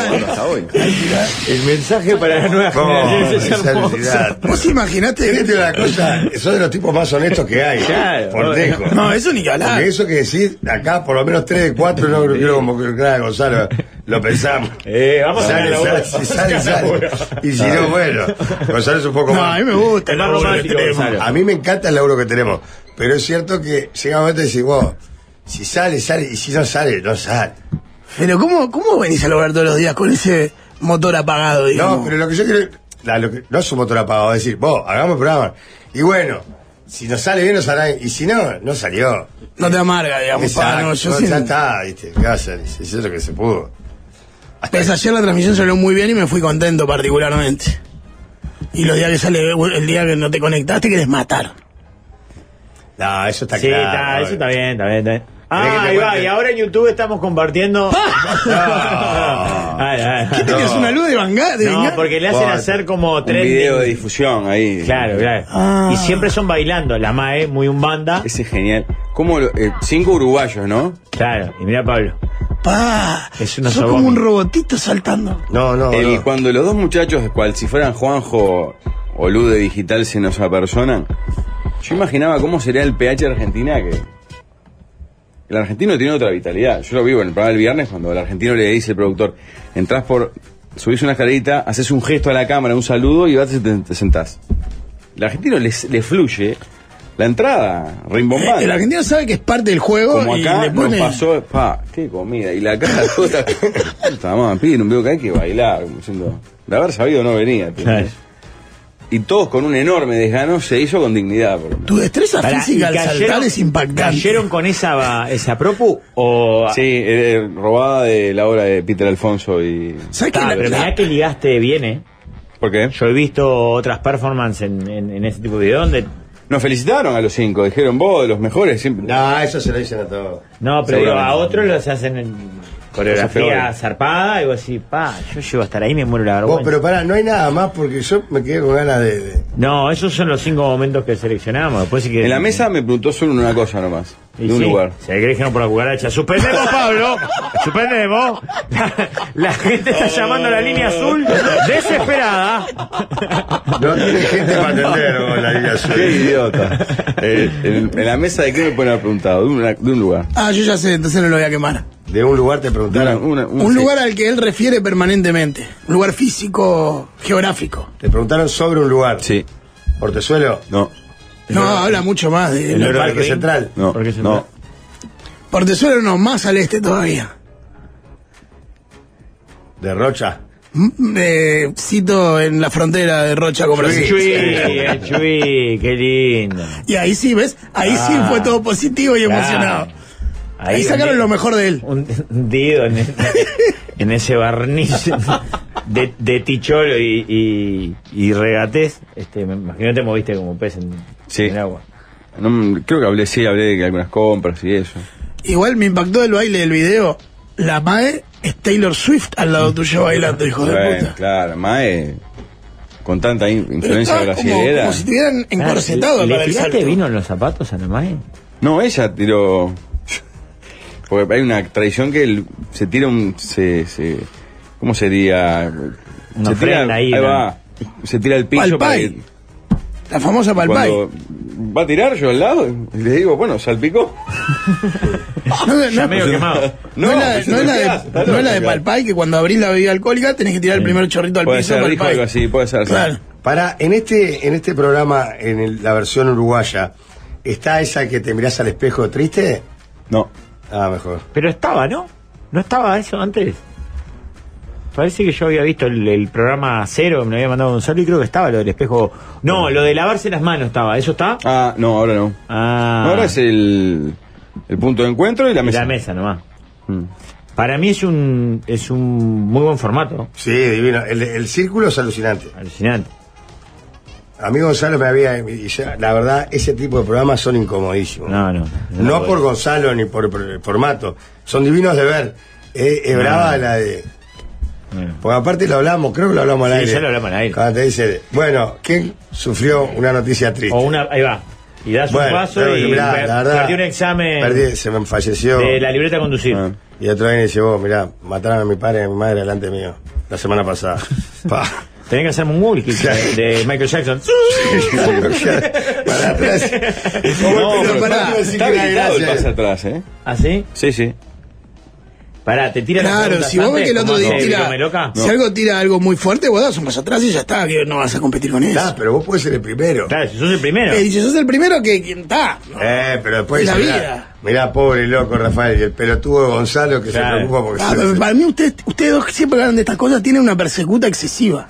H: Bueno, hasta hoy.
E: El mensaje para la nueva
F: No,
E: generación es
F: esa
E: hermoso.
F: velocidad.
D: ¿Vos
F: Este
D: imaginaste?
F: es la cosa, son de los tipos más honestos que hay.
E: Claro.
F: por lejos.
D: No, eso ni que hablar.
F: Porque eso que decís, acá por lo menos 3 de 4, no creo como que, claro, Gonzalo, lo pensamos.
E: Eh, vamos a
F: Sale,
E: ganar la
F: sale,
E: bola.
F: si sale, sale. Y si no, bueno, Gonzalo es un poco
D: No,
F: más.
D: a mí me gusta.
E: Es más
D: Pablo.
E: romántico, Gonzalo.
F: A mí me encanta el laburo que tenemos. Pero es cierto que llega un momento y decís, vos, si sale, sale, y si no sale, no sale.
D: Pero ¿cómo, ¿cómo venís a lograr todos los días con ese motor apagado, digamos?
F: No, pero lo que yo quiero. la- lo que- no es un motor apagado, es decir, vos, hagamos el programa. Y bueno, si nos sale bien, nos sale bien. Y si no, no salió.
D: No te amarga, digamos.
F: Exacto,
D: pa, no, yo
F: no,
D: sí-
F: ya está, ¿viste? ¿Qué va a hacer? Eso es lo que se pudo.
D: Pues ayer la transmisión salió muy bien y me fui contento particularmente. Y los días que sale, el día que no te conectaste, querés matar.
F: No, eso está
E: Sí,
F: claro.
E: está, eso está bien, está bien, está bien.
F: Mirá que
E: Ah,
F: te
E: ahí va,
F: cuente.
E: y ahora en YouTube estamos compartiendo.
F: No.
E: Ay, ay,
D: ¿Qué
E: ay.
D: tenías una luz de vanga? De
E: No,
D: venga-
E: porque le hacen
F: Bueno,
E: hacer como
G: Un video de
E: trending.
G: difusión ahí.
E: Claro, claro.
D: Ah.
E: Y siempre son bailando, la MAE, muy un banda.
G: Ese es genial. ¿Cómo lo- eh, cinco uruguayos, ¿no?
E: Claro, y mira Pablo.
D: Pa,
E: Es una
D: sos
E: sobomia.
D: como un robotito saltando.
F: No, no,
G: El-
F: no.
G: cuando los dos muchachos, cual si fueran Juanjo o Lu de Digital, se nos apersonan, yo imaginaba cómo sería el pH Argentina que. El argentino tiene otra vitalidad. Yo lo vivo en el programa del viernes cuando al argentino le dice el productor, entras por. subís una escalerita, haces un gesto a la cámara, un saludo y vas y te, te sentás. El argentino les- le fluye la entrada, rimbombante.
D: El argentino sabe que es parte del juego
G: Como
D: y
G: acá
D: le pone...
G: nos pasó, pa, qué comida. Y la cara tota, toda. Puta madre, piden un video que hay que bailar. Como diciendo, de haber sabido no venía. ¿entendés?
E: Claro.
G: Y todos con un enorme desgano se hizo con dignidad. por lo menos.
D: Tu destreza
E: Pará,
D: física
E: y
D: al saltar es impactante.
E: ¿Cayeron con esa, esa propu? O.
G: Sí, eh, robada de la obra de Peter Alfonso y.
D: ¿Sabes qué?
E: Ah,
D: La-
E: pero
D: la-
E: mirá que ligaste bien, eh.
G: ¿Por qué?
E: Yo he visto otras performances en, en, en ese tipo de video donde.
G: Nos felicitaron a los cinco, dijeron vos, de los mejores. Siempre.
F: No, eso se lo dicen a todos.
E: No, pero
G: Seguramente.
E: a otros los hacen en coreografía
G: peores.
E: zarpada y vos decís, pa, yo llego a estar ahí me muero la
F: Vos,
E: vergüenza.
F: pero pará, no hay nada más porque yo me quedé con ganas de. de-
E: No, esos son los cinco momentos que seleccionamos. Después sí que...
G: En la mesa me preguntó solo una cosa nomás,
E: Y
G: de un
E: sí,
G: lugar.
E: Se agregaron por la cucaracha. ¡Suspendemos, Pablo! ¡Suspendemos! La, la gente está llamando a la línea azul desesperada.
F: No tiene gente para atender vos, la vida
G: Qué
F: suya.
G: idiota. Eh, en, en la mesa de qué me pueden haber preguntado, de, una- de un lugar.
D: Ah, yo ya sé, entonces no lo voy a quemar.
F: De un lugar
G: De
F: te
G: una-
F: preguntaron.
G: una-
D: Un lugar al que él refiere permanentemente. Un lugar físico, geográfico.
F: Te preguntaron sobre un lugar.
G: Sí.
F: Portezuelo.
G: No,
D: No, habla mucho más de...
F: El
D: no,
F: oro del
E: parking.
F: central.
G: no,
E: ¿Por qué se
G: no.
E: fue?
D: Portezuelo no, más al este todavía.
F: De Rocha.
D: Mm, eh, cito en la frontera de Rocha con Brasil.
E: Chuy, el Chuy, qué lindo.
D: Y ahí sí, ¿ves? Ahí
E: Ah.
D: sí fue todo positivo y emocionado. Ahí sacaron
E: hundido-
D: lo mejor de él.
E: un- Hundido en, en ese barniz de, de ticholo y, y, y regates. Este, me imagino te moviste como pez en,
G: Sí.
E: en el agua.
G: No, mm, creo que hablé, sí, hablé de que algunas compras y eso.
D: Igual me impactó el baile del video. La madre es Taylor Swift al lado tuyo bailando, hijo de
G: Bueno,
D: puta.
G: claro, Mae. con tanta in- influencia
D: estaba como-
G: brasilera.
D: como si estuvieran encorsetados
E: ¿Le,
D: para
E: le
D: el
E: tiraste
D: salto.
E: Ah, vino en los zapatos a la madre?
G: No, ella tiró. Porque hay una tradición que el- se tira un. Se, se- ¿Cómo sería?
E: Una
G: se tira,
E: ofrenda ahí,
G: ahí
E: ¿no?
G: va. Se tira el piso para
D: Palpay.
G: que-
D: La famosa Palpay.
G: Cuando va a tirar yo al lado, y le digo, bueno, salpicó.
D: No, no, no,
E: medio quemado.
D: no es la,
G: pues,
D: no es la de,
G: está loco,
D: no es la de
G: claro.
D: Palpay que cuando abrís la bebida alcohólica tenés que tirar el primer chorrito al
G: Puede
D: piso.
G: ser, dijo
D: Palpay.
G: algo así, puede ser. sí.
D: Claro.
F: Para, en este, en este programa, en el- la versión uruguaya, ¿está esa que te mirás al espejo triste?
G: No.
F: Ah, mejor.
E: Pero estaba, ¿no? ¿No estaba eso antes? Parece que yo había visto el, el programa Cero que me lo había mandado Gonzalo y creo que estaba lo del espejo. No, lo de lavarse las manos estaba. ¿Eso está?
G: Ah, no, ahora no.
E: Ah,
G: Ahora es el, el punto de encuentro y la
E: y
G: mesa.
E: la mesa nomás.
G: Mm.
E: Para mí es un es un muy buen formato.
F: Sí, divino. El, el círculo es alucinante.
E: Alucinante.
F: A mí Gonzalo me había... y ya, la verdad, ese tipo de programas son incomodísimos.
E: No, no.
F: No por Gonzalo ni por, por formato. Son divinos de ver. Eh, es brava la de.
E: Bueno.
F: Porque aparte lo hablamos, creo que lo hablamos al
E: Sí,
F: aire.
E: ya lo hablamos al aire.
F: Cuando te dice, bueno, ¿quién sufrió una noticia triste?
E: O una, ahí va. Y das un
F: bueno, creo
E: paso
F: que,
E: y
F: mirá,
E: per-
F: la verdad,
E: perdí un examen
F: perdí, se me falleció.
E: de la libreta a conducir.
G: Ah.
F: Y otro día dice, vos, mirá, mataron a mi padre y a mi madre delante mío. La semana pasada. Pa.
E: Tenés que hacerme un walkie de, de Michael Jackson.
F: Para atrás.
G: No,
F: pero
G: pero
F: pará,
G: está-
F: iba a decir
G: está
F: que era
G: habilitado el
F: gracia.
G: pase atrás, ¿eh?
E: ¿Así?
G: Sí, sí.
E: ¿Ah, Pará, te tira las
D: Claro,
E: preguntas
D: si vos ves
E: antes,
D: que el otro
E: como
D: día
E: hace
D: tira.
E: Pirume Loca.
D: Si algo tira algo muy fuerte, vos das un paso atrás y ya está, que no vas a competir con eso.
F: Nah, pero vos podés ser el primero.
E: Claro, si sos el primero.
D: Eh, dice, sos el primero que quien está.
F: Eh, pero después
D: La
F: dice, mirá,
D: vida.
F: mirá, pobre loco Rafael, y el pelotudo Gonzalo que
E: Claro.
F: se preocupa porque
D: Ah,
F: se-
D: pero para mí ustedes, ustedes dos que siempre hablan de estas cosas tienen una persecuta excesiva.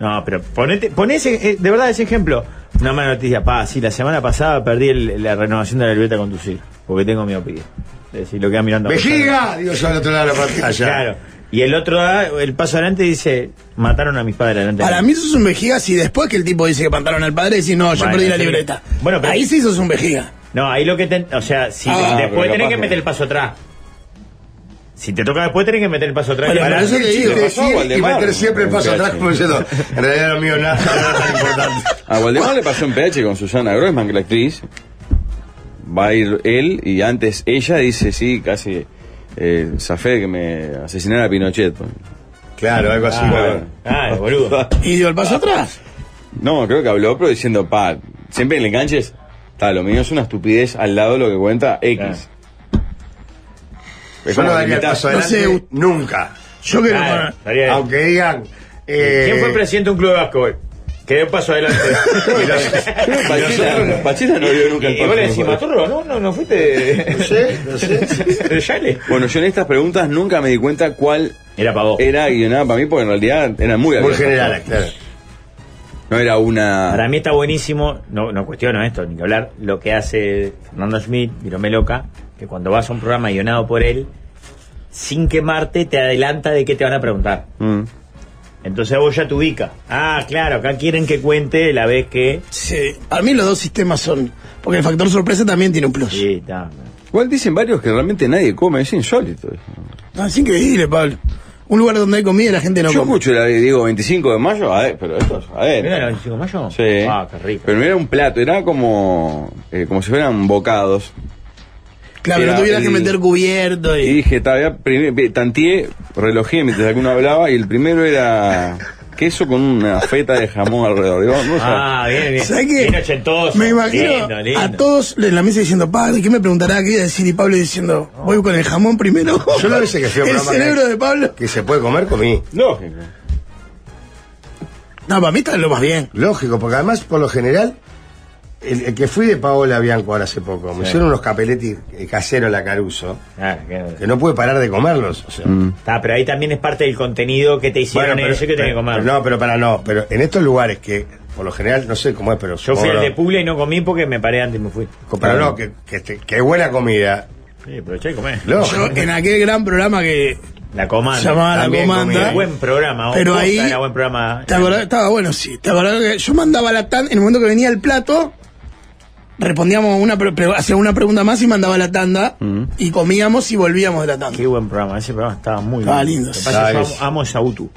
E: No, pero ponete, poné ese- eh, de verdad ese ejemplo. Una mala noticia, pa, sí, la semana pasada perdí el- la renovación de la libreta a conducir, porque tengo miopía. Es decir, lo queda mirando. a
F: ¡Vejiga! Digo yo al otro lado de la pantalla.
E: Gonzalo. Claro. Y el otro da el paso adelante y dice, mataron a mis padres adelante. de
D: Para
E: mí".
D: mí sos un vejiga si después que el tipo dice que pantaron al padre decís, no, yo
E: Bueno,
D: perdí la
E: sí.
D: libreta.
E: Bueno, pero-
D: Ahí sí sos un vejiga.
E: No, ahí lo que ten, o sea, si
D: Ah,
E: te-
G: pero
E: después tenés
G: capaz
E: que
G: que-
E: meter el paso atrás. Si te toca después tenés que meter el paso atrás.
D: Bueno,
E: Y
D: pero
E: para-
D: eso te
F: Sí,
D: digo.
F: sí,
G: pasó a
F: sí, y
G: Waldemar.
F: meter siempre el paso atrás como diciendo, en realidad no mío nada, no era tan importante.
G: A Waldemar le pasó en PH con Susana Grossman, que la actriz. Va a ir él y antes ella dice, sí, casi eh, zafé que me asesinara a Pinochet. pues.
F: Claro, algo así.
E: Ah,
F: bueno.
E: ah, boludo.
D: Y dio el paso atrás.
G: No, creo que habló, pero diciendo, pa, siempre en el enganche es, "Ta, lo mío es una estupidez al lado de lo que cuenta X.
E: Claro.
G: Es
F: Yo
G: como
F: no
G: que
F: daría el
G: mitad-
F: paso
D: No sé,
F: adelante
D: u-
F: nunca.
D: Yo quiero
E: Claro,
D: poner-
E: estaría bien.
F: Aunque digan... eh,
E: ¿Quién fue presidente de un club de básquetbol? Que dio un paso adelante.
F: y los- y
G: Pachela,
F: nosotros-
G: Pachela no vio nunca el
E: y vos le
G: partido.
E: decís, Maturro, no, no, no fuiste de,
F: No sé, no sé.
E: de Yale.
G: Bueno, yo en estas preguntas nunca me di cuenta cuál
E: Era para vos.
G: era guionada para mí, porque en realidad eran muy
F: Muy
G: abiertas.
F: general, claro.
G: No era una.
E: Para mí está buenísimo, no, no cuestiono esto, ni que hablar, lo que hace Fernando Schmidt, Virome Loca, que cuando vas a un programa guionado por él, sin quemarte, te adelanta de qué te van a preguntar.
G: Mm.
E: Entonces vos ya te ubica. Ah, claro, acá quieren que cuente la vez que.
D: Sí, para mí los dos sistemas son. Porque el factor sorpresa también tiene un plus.
E: Sí, está.
G: Igual dicen varios que realmente nadie come, es insólito.
D: Ah, Es increíble, Pablo. Un lugar donde hay comida y la gente no
G: yo
D: come.
G: mucho la digo 25 de mayo, a ver, pero esto es a ver.
E: ¿Era el 25 de mayo?
G: Sí.
E: Ah, qué rico.
G: Pero no era un plato, era como eh, como si fueran bocados.
D: Claro, no
G: Era
D: tuvieras
G: el-
D: que meter cubierto
G: Y
D: y.
G: dije, todavía tantié, relojé mientras alguno hablaba y el primero era queso con una feta de jamón alrededor. Digo, no, o sea,
E: Ah, bien, bien.
D: ¿Sabés qué?
E: Bien ochentoso.
D: Me imagino
E: Lindo, lindo.
D: a todos en la mesa diciendo, Pablo, ¿qué me preguntará? ¿Qué voy a decir? Y Pablo diciendo, voy con el jamón primero.
F: Yo la vez que fui a un
D: El
F: programa
D: cerebro
F: que-
D: de Pablo.
F: Que se puede comer, comí.
G: lógico.
D: No, para mí está lo más bien.
F: Lógico, porque además, por lo general, el, el que fui de Paola Bianco ahora hace poco, me hicieron unos capeletti eh, caseros en la Caruso,
E: Ah, qué-
F: que no pude parar de comerlos. O sea.
E: Está, pero ahí también es parte del contenido que te hicieron
F: Bueno,
E: ellos y que tenés que comer.
F: pero no, pero para no, pero en estos lugares que, por lo general, no sé cómo es, pero
E: Yo fui
F: supongo
E: al de
F: no,
E: Puglia y no comí porque me paré antes y me fui.
F: co- Pero no, que, que, te- que buena comida.
E: Sí, aproveché y comé.
D: Yo,
F: Lógico.
D: en aquel gran programa que
E: La comanda.
D: llamaba La
F: También
D: Comanda.
F: comida.
E: Buen programa. vos,
D: Pero
E: posta,
D: ahí.
E: Era buen programa.
D: ¿Te acordás? Estaba bueno, sí. ¿Te acordás que yo mandaba la TAN? En el momento que venía el plato, respondíamos una, pre- pre- hacía una pregunta más y mandaba la tanda. Y comíamos y volvíamos de la tanda.
E: Qué buen programa. Ese programa estaba muy
D: Estaba
E: bien.
D: lindo.
E: Lo que pasa es que yo
F: Sabes.
E: amo, amo Sautu.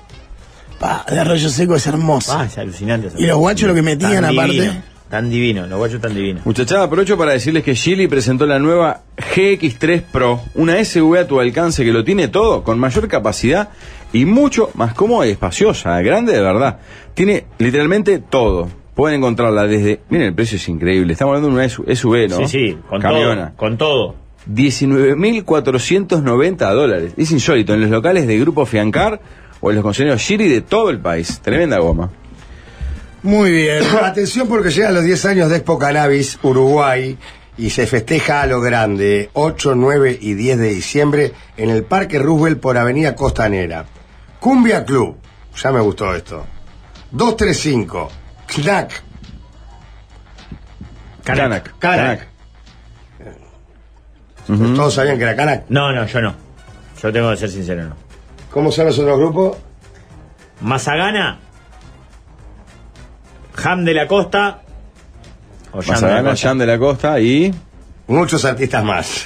D: Pa, de Arroyo Seco es hermosa.
E: Ah, es alucinante. esa
D: Y los guachos lo que metían,
E: Tan
D: aparte.
E: divino, tan divino, los guachos tan divinos.
G: Muchachada, aprovecho para decirles que Gili presentó la nueva GX3 Pro, una SUV a tu alcance que lo tiene todo, con mayor capacidad y mucho más cómoda y espaciosa, grande de verdad. Tiene literalmente todo. Pueden encontrarla desde. Miren, el precio es increíble. Estamos hablando de una SUV, ¿no?
E: Sí, sí, con
G: Camiona.
E: todo. Con todo.
G: 19.490 dólares. Es insólito. En los locales de Grupo Fiancar o en los concesionarios Gili de todo el país. Tremenda goma.
D: Muy bien.
F: Atención porque llegan los 10 años de Expo Cannabis Uruguay y se festeja a lo grande 8, 9 y 10 de diciembre en el Parque Roosevelt por Avenida Costanera. Cumbia Club, ya me gustó esto. 235, Knack,
G: Canac.
F: Canac. todos sabían que era Canac.
E: No, no, yo no. Yo tengo que ser sincero, no.
F: ¿Cómo son los otros grupos?
E: Mazagana, Ham de la Costa, o Jam de la
G: Mazagana,
E: Costa.
G: Jean de la Costa y.
F: Muchos artistas más.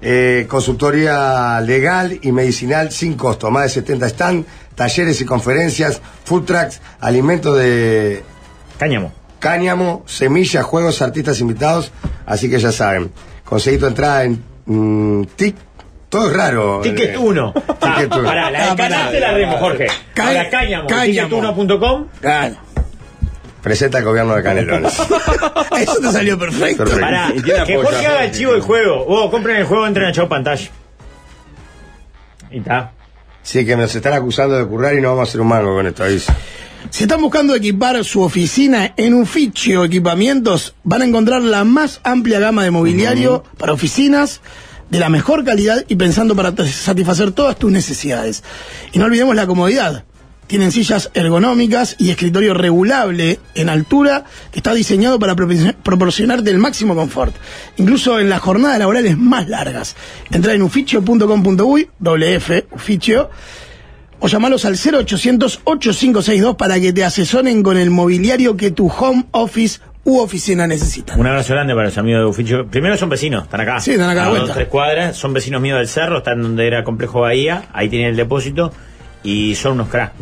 F: Eh, consultoría legal y medicinal sin costo. Más de 70 están, talleres y conferencias, food trucks, alimentos de
E: Cáñamo.
F: cáñamo, semillas, juegos, artistas invitados. Así que ya saben, conseguí tu entrada en mm, Tic. Todo es raro.
E: Ticket
F: Eh,
E: 1.
F: Ticket uno.
E: Pará, la
D: Ah,
E: de
D: pará.
E: Canal te la remo, Jorge.
D: Ca-
E: Para Cáñamo,
D: Cáñamo.
E: ticket1.com.
D: Claro.
F: Presenta el gobierno de Canelones.
D: Eso te salió perfecto.
F: Perfecto.
E: Pará,
G: ¿Y quién
E: que
G: apoya?
E: Jorge haga el chivo del juego. Vos, compren el juego, entren a Chau Pantalla. Y está.
F: Sí, que nos están acusando de currar y no vamos a ser un mango con esto. aviso.
D: Si están buscando equipar su oficina en un fichio equipamientos, van a encontrar la más amplia gama de mobiliario para oficinas de la mejor calidad y pensando para t- satisfacer todas tus necesidades. Y no olvidemos la comodidad. Tienen sillas ergonómicas y escritorio regulable en altura que está diseñado para propi- proporcionarte el máximo confort, incluso en las jornadas laborales más largas. Entra en uficio.com.uy, WF, uficio, o llamalos al 0800-8562 para que te asesoren con el mobiliario que tu home office u oficina necesita.
E: Un abrazo grande para los amigos de Buficho. Primero son vecinos, están acá.
D: Sí, están acá a la
E: A
D: vuelta.
E: dos, tres cuadras. Son vecinos míos del cerro, están donde era Complejo Bahía. Ahí tienen el depósito. Y son unos cracks.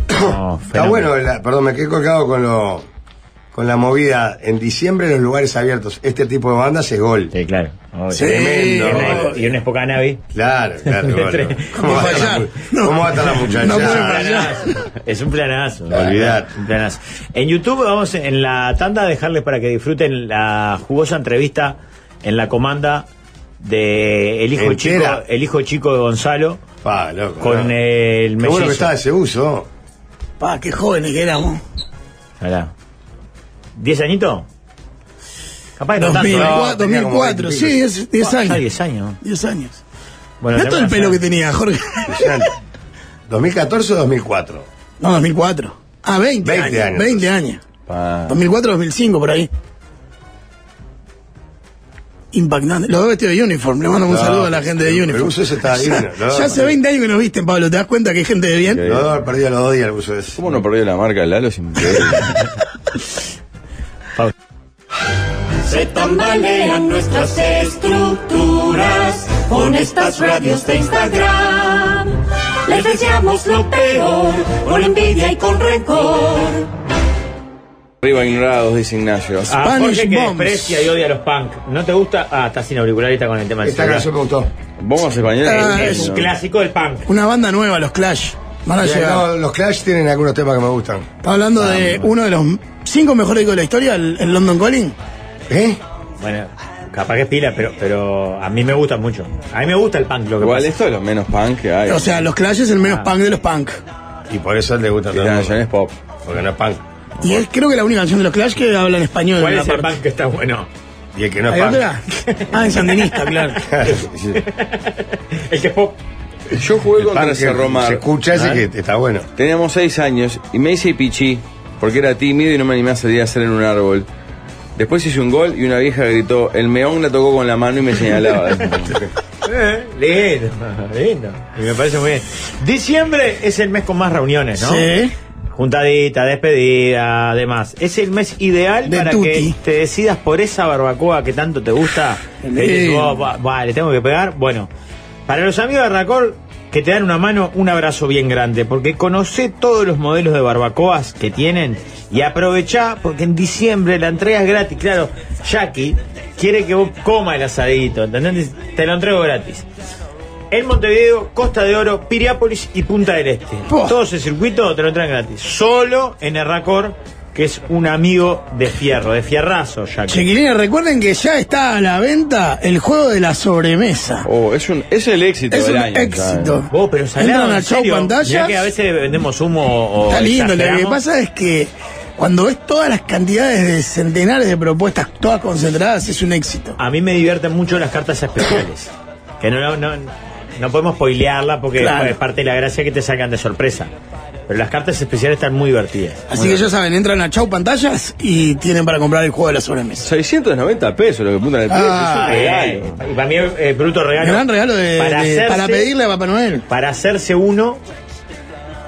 F: Está bueno, la- perdón, me quedé colgado con lo con la movida. En diciembre los lugares abiertos, este tipo de bandas es gol.
E: Sí, claro. obvio.
D: Sí,
E: Y una-
F: Tremendo.
E: Y una época cannabis.
F: Claro, claro. gol. ¿Cómo,
D: No
F: va a estar
D: fallar.
F: la,
D: No.
F: ¿Cómo va a estar la muchacha?
D: No puede
E: Es un
D: fallar.
E: planazo. Es un planazo.
F: Olvidate.
E: Un planazo. En YouTube vamos en la tanda a dejarles para que disfruten la jugosa entrevista en la comanda de el hijo chico,
F: Entera.
E: el hijo chico de Gonzalo
F: Pa, loco,
E: con el
F: no. Qué bueno que
E: mellizo.
F: estaba ese uso.
D: Pa, qué jóvenes que éramos.
E: Pará. ¿Diez añitos? Capaz que no tanto.
D: 2004,
F: no, tenía como
D: 2004,
F: 20 y
D: sí,
F: pico.
D: 10
E: Ah,
D: años.
E: diez años.
D: 10 años.
E: Bueno,
D: Mirá todo el
E: tenemos
D: pelo
E: la-
D: que tenía, Jorge.
F: Impresionante. 2014 o 2004.
D: No, 2004. Ah, 20,
F: 20
D: años.
F: años. Ah.
D: 20 años.
G: Pa.
D: 2004, 2005, por ahí. Impactante. Los dos vestidos de uniform. Le mando un
F: No,
D: saludo a la gente de
F: el- el
D: uniform.
F: buzo ese está
D: ya,
F: divino, ¿no?
D: ya hace 20 años que nos visten, Pablo. ¿Te das cuenta que hay gente de bien?
G: Sí.
F: Lo debo perdido los dos días el uso de ese.
G: ¿Cómo no perdió la marca Lalo? Es increíble.
L: Se tambalean nuestras estructuras con estas radios de Instagram. Les deseamos lo peor, con envidia y con rencor.
G: Arriba ignorados, dice Ignacio.
E: A
D: Spanish
E: Jorge que
D: Bombs.
E: desprecia y odia a los punk. ¿No te gusta? Ah, está sin auricular y está con el tema del
F: Esta
E: celular.
F: canción me gustó.
G: Bombas españolas.
D: Ah,
E: Es
G: eh,
E: un clásico del punk.
D: Una banda nueva, los Clash. Van a
F: Mira,
D: llegar.
F: no, los Clash tienen algunos temas que me gustan.
D: Está hablando de uno de los cinco mejores discos de la historia, el, el London Calling.
F: ¿Eh?
E: Bueno, capaz que es pila, pero, pero a mí me gusta mucho. A mí me gusta el punk, lo que
G: Igual
E: pasa.
G: esto es lo menos punk que hay.
D: O sea, los Clash es el
E: Ah.
D: menos punk de los punk.
F: Y por eso le gusta
G: Y
F: todo
G: la
F: el
G: nación
F: mundo.
G: es pop.
F: Porque no es punk.
D: Y es creo que la única canción de los Clash que habla en español.
E: ¿Cuál
D: en
E: es
D: la
E: el
D: parte.
E: punk que está bueno?
F: Y el que no
D: ¿Hay
F: es punk.
D: otra? Ah, en sandinista, claro.
F: Sí.
E: El que es pop.
G: Yo jugué
F: El punk
G: contra
F: que
G: Cerro
F: se
G: Mar.
F: escucha ese
G: ¿Ah?
F: que está bueno.
G: Teníamos seis años y me hice pichí porque era tímido y no me animé a salir a hacer en un árbol. Después hice un gol y una vieja gritó, el meón la tocó con la mano y me señalaba.
E: Eh, lindo, lindo. Y me parece muy bien. Diciembre es el mes con más reuniones, ¿no?
D: Sí.
E: Juntadita, despedida, además. Es el mes ideal
D: De
E: para
D: tutti.
E: que te decidas por esa barbacoa que tanto te gusta. Que dices,
D: Lindo.
E: "Oh, va- va, le tengo que pegar. Bueno, para los amigos de Racor, que te dan una mano, un abrazo bien grande, porque conocé todos los modelos de barbacoas que tienen y aprovechá, porque en diciembre la entrega es gratis. Claro, Jackie quiere que vos comas el asadito, ¿entendés? Te lo entrego gratis. En Montevideo, Costa de Oro, Piriápolis y Punta del Este. Todo ese circuito te lo traen gratis. Solo en Erracor, que es un amigo de fierro, de fierrazo, Jackie.
D: Chiquilines, recuerden que ya está a la venta el juego de la sobremesa.
G: Oh, es, un, es el éxito
D: Es
G: del
D: un
G: año. ¿eh?
D: éxito.
G: ¿sabes?
E: Vos, pero salado,
D: Entran a
E: en
D: show
E: serio.
D: pantallas.
E: Mirá que a veces vendemos humo o
D: Está lindo, lo que
E: exageramos.
D: pasa es que cuando ves todas las cantidades de centenares de propuestas, todas concentradas, es un éxito.
E: A mí me divierten mucho las cartas especiales. que no, no, no, no podemos spoilearla porque
D: Claro.
E: es parte de la gracia que te sacan de sorpresa. Pero las cartas especiales están Ah, muy divertidas.
D: Así que ya saben, entran a Chau Pantallas y tienen para comprar el juego de la sobremesa.
G: 690 pesos lo que apuntan el precio.
D: Ah,
G: es un regalo.
E: Eh, y para mí, eh, bruto regalo.
D: Gran regalo de- de- para,
E: hacerse-
D: pedirle a Papá Noel.
E: para hacerse uno,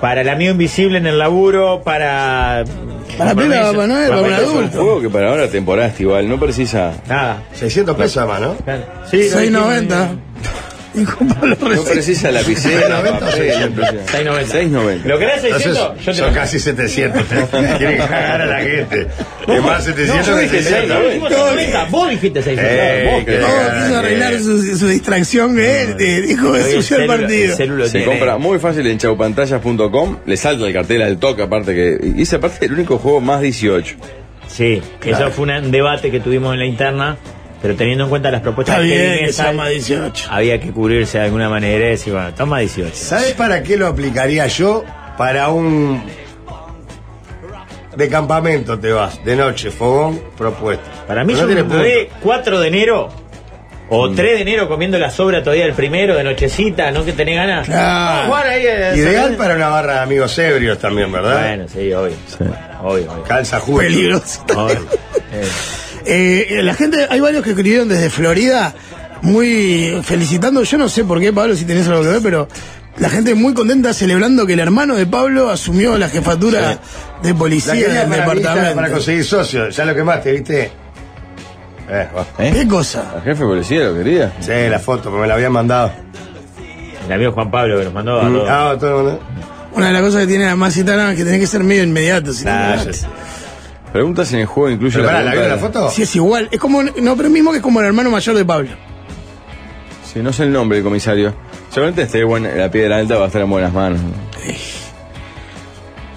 E: para el amigo invisible en el laburo, para.
D: Para pedirle a
E: compromiso.
D: Papá Noel, para un
G: Es un
D: adulto.
G: juego que para ahora temporada estival no precisa.
E: Nada.
F: 600 pesos además, ¿no?
E: claro. Sí, lo que tiene-
D: 6.90. Dijo Pablo
G: No
D: Recife.
G: precisa la piscina,
F: 690 o
G: papel,
F: 600.
G: no precisa.
E: 6.90.
G: 6.90.
E: ¿Lo querés 600?
F: Entonces, son casi 700. Quieren cagar a la gente. Es más 700
G: yo
F: que
G: dije
F: 600.
G: seis,
E: Dijimos 6.90, Vos dijiste 600.
F: Ey,
E: vos
F: que-
E: querés.
D: Oh,
F: Ah,
D: quiso arreglar
F: bien.
D: su, su distracción que él te dijo que suyo Pues el partido.
G: Se compra muy fácil en chaupantallas.com, le salta el cartel al toque, aparte que. Y ese aparte es el único juego más 18.
E: Sí, eso fue una- un debate que tuvimos en la interna, pero teniendo en cuenta las propuestas
D: Está
E: que
D: bien,
E: tenía
D: que
E: esa-
D: sea más 18.
E: había que cubrirse de alguna manera y decir, bueno, toma 18.
F: ¿Sabes para qué lo aplicaría yo? Para un. De campamento te vas, de noche, fogón, propuesta.
E: Para mí
F: Pero
E: yo
F: no
E: me
F: tiene punto. Mm.
E: mudé 4 de enero o 3 de enero comiendo la sobra todavía el primero de nochecita, ¿no? Que tenés ganas.
D: Claro.
E: Ah, jugar ahí, eh,
F: Ideal
E: salir-
F: para una barra de amigos ebrios también, ¿verdad?
E: Bueno, sí, obvio. Obvio, obvio.
F: Calza justo.
D: Peligroso.
E: Obvio. Eh,
D: Eh, la gente, hay varios que escribieron desde Florida, muy felicitando. Yo no sé por qué, Pablo, si tenés algo que ver, pero la gente muy contenta celebrando que el hermano de Pablo asumió la jefatura de
F: La
D: policía
F: quería
D: del
F: para, mí,
D: departamento.
F: para conseguir socios, ya lo quemaste, ¿viste? Eh, bueno.
D: ¿Qué cosa?
G: La jefe de policía lo quería.
F: Sí, la foto, me la habían mandado.
E: el amigo Juan Pablo que nos mandó a todos.
F: Ah, todo el mundo.
D: Una de las cosas que tiene la más citada es que tenés que ser medio inmediato. Si, no,
F: Nah,
D: no,
F: ya sé.
G: Preguntas en el juego incluye
F: Pero pará, ¿la vio
G: pregunta
F: la
G: de-
F: foto?
D: si es igual, es como, no, pero mismo que es como el hermano mayor de Pablo.
G: Sí, no sé el nombre del comisario. Seguramente esté buen- la piedra alta va a estar en buenas manos.
F: Eh.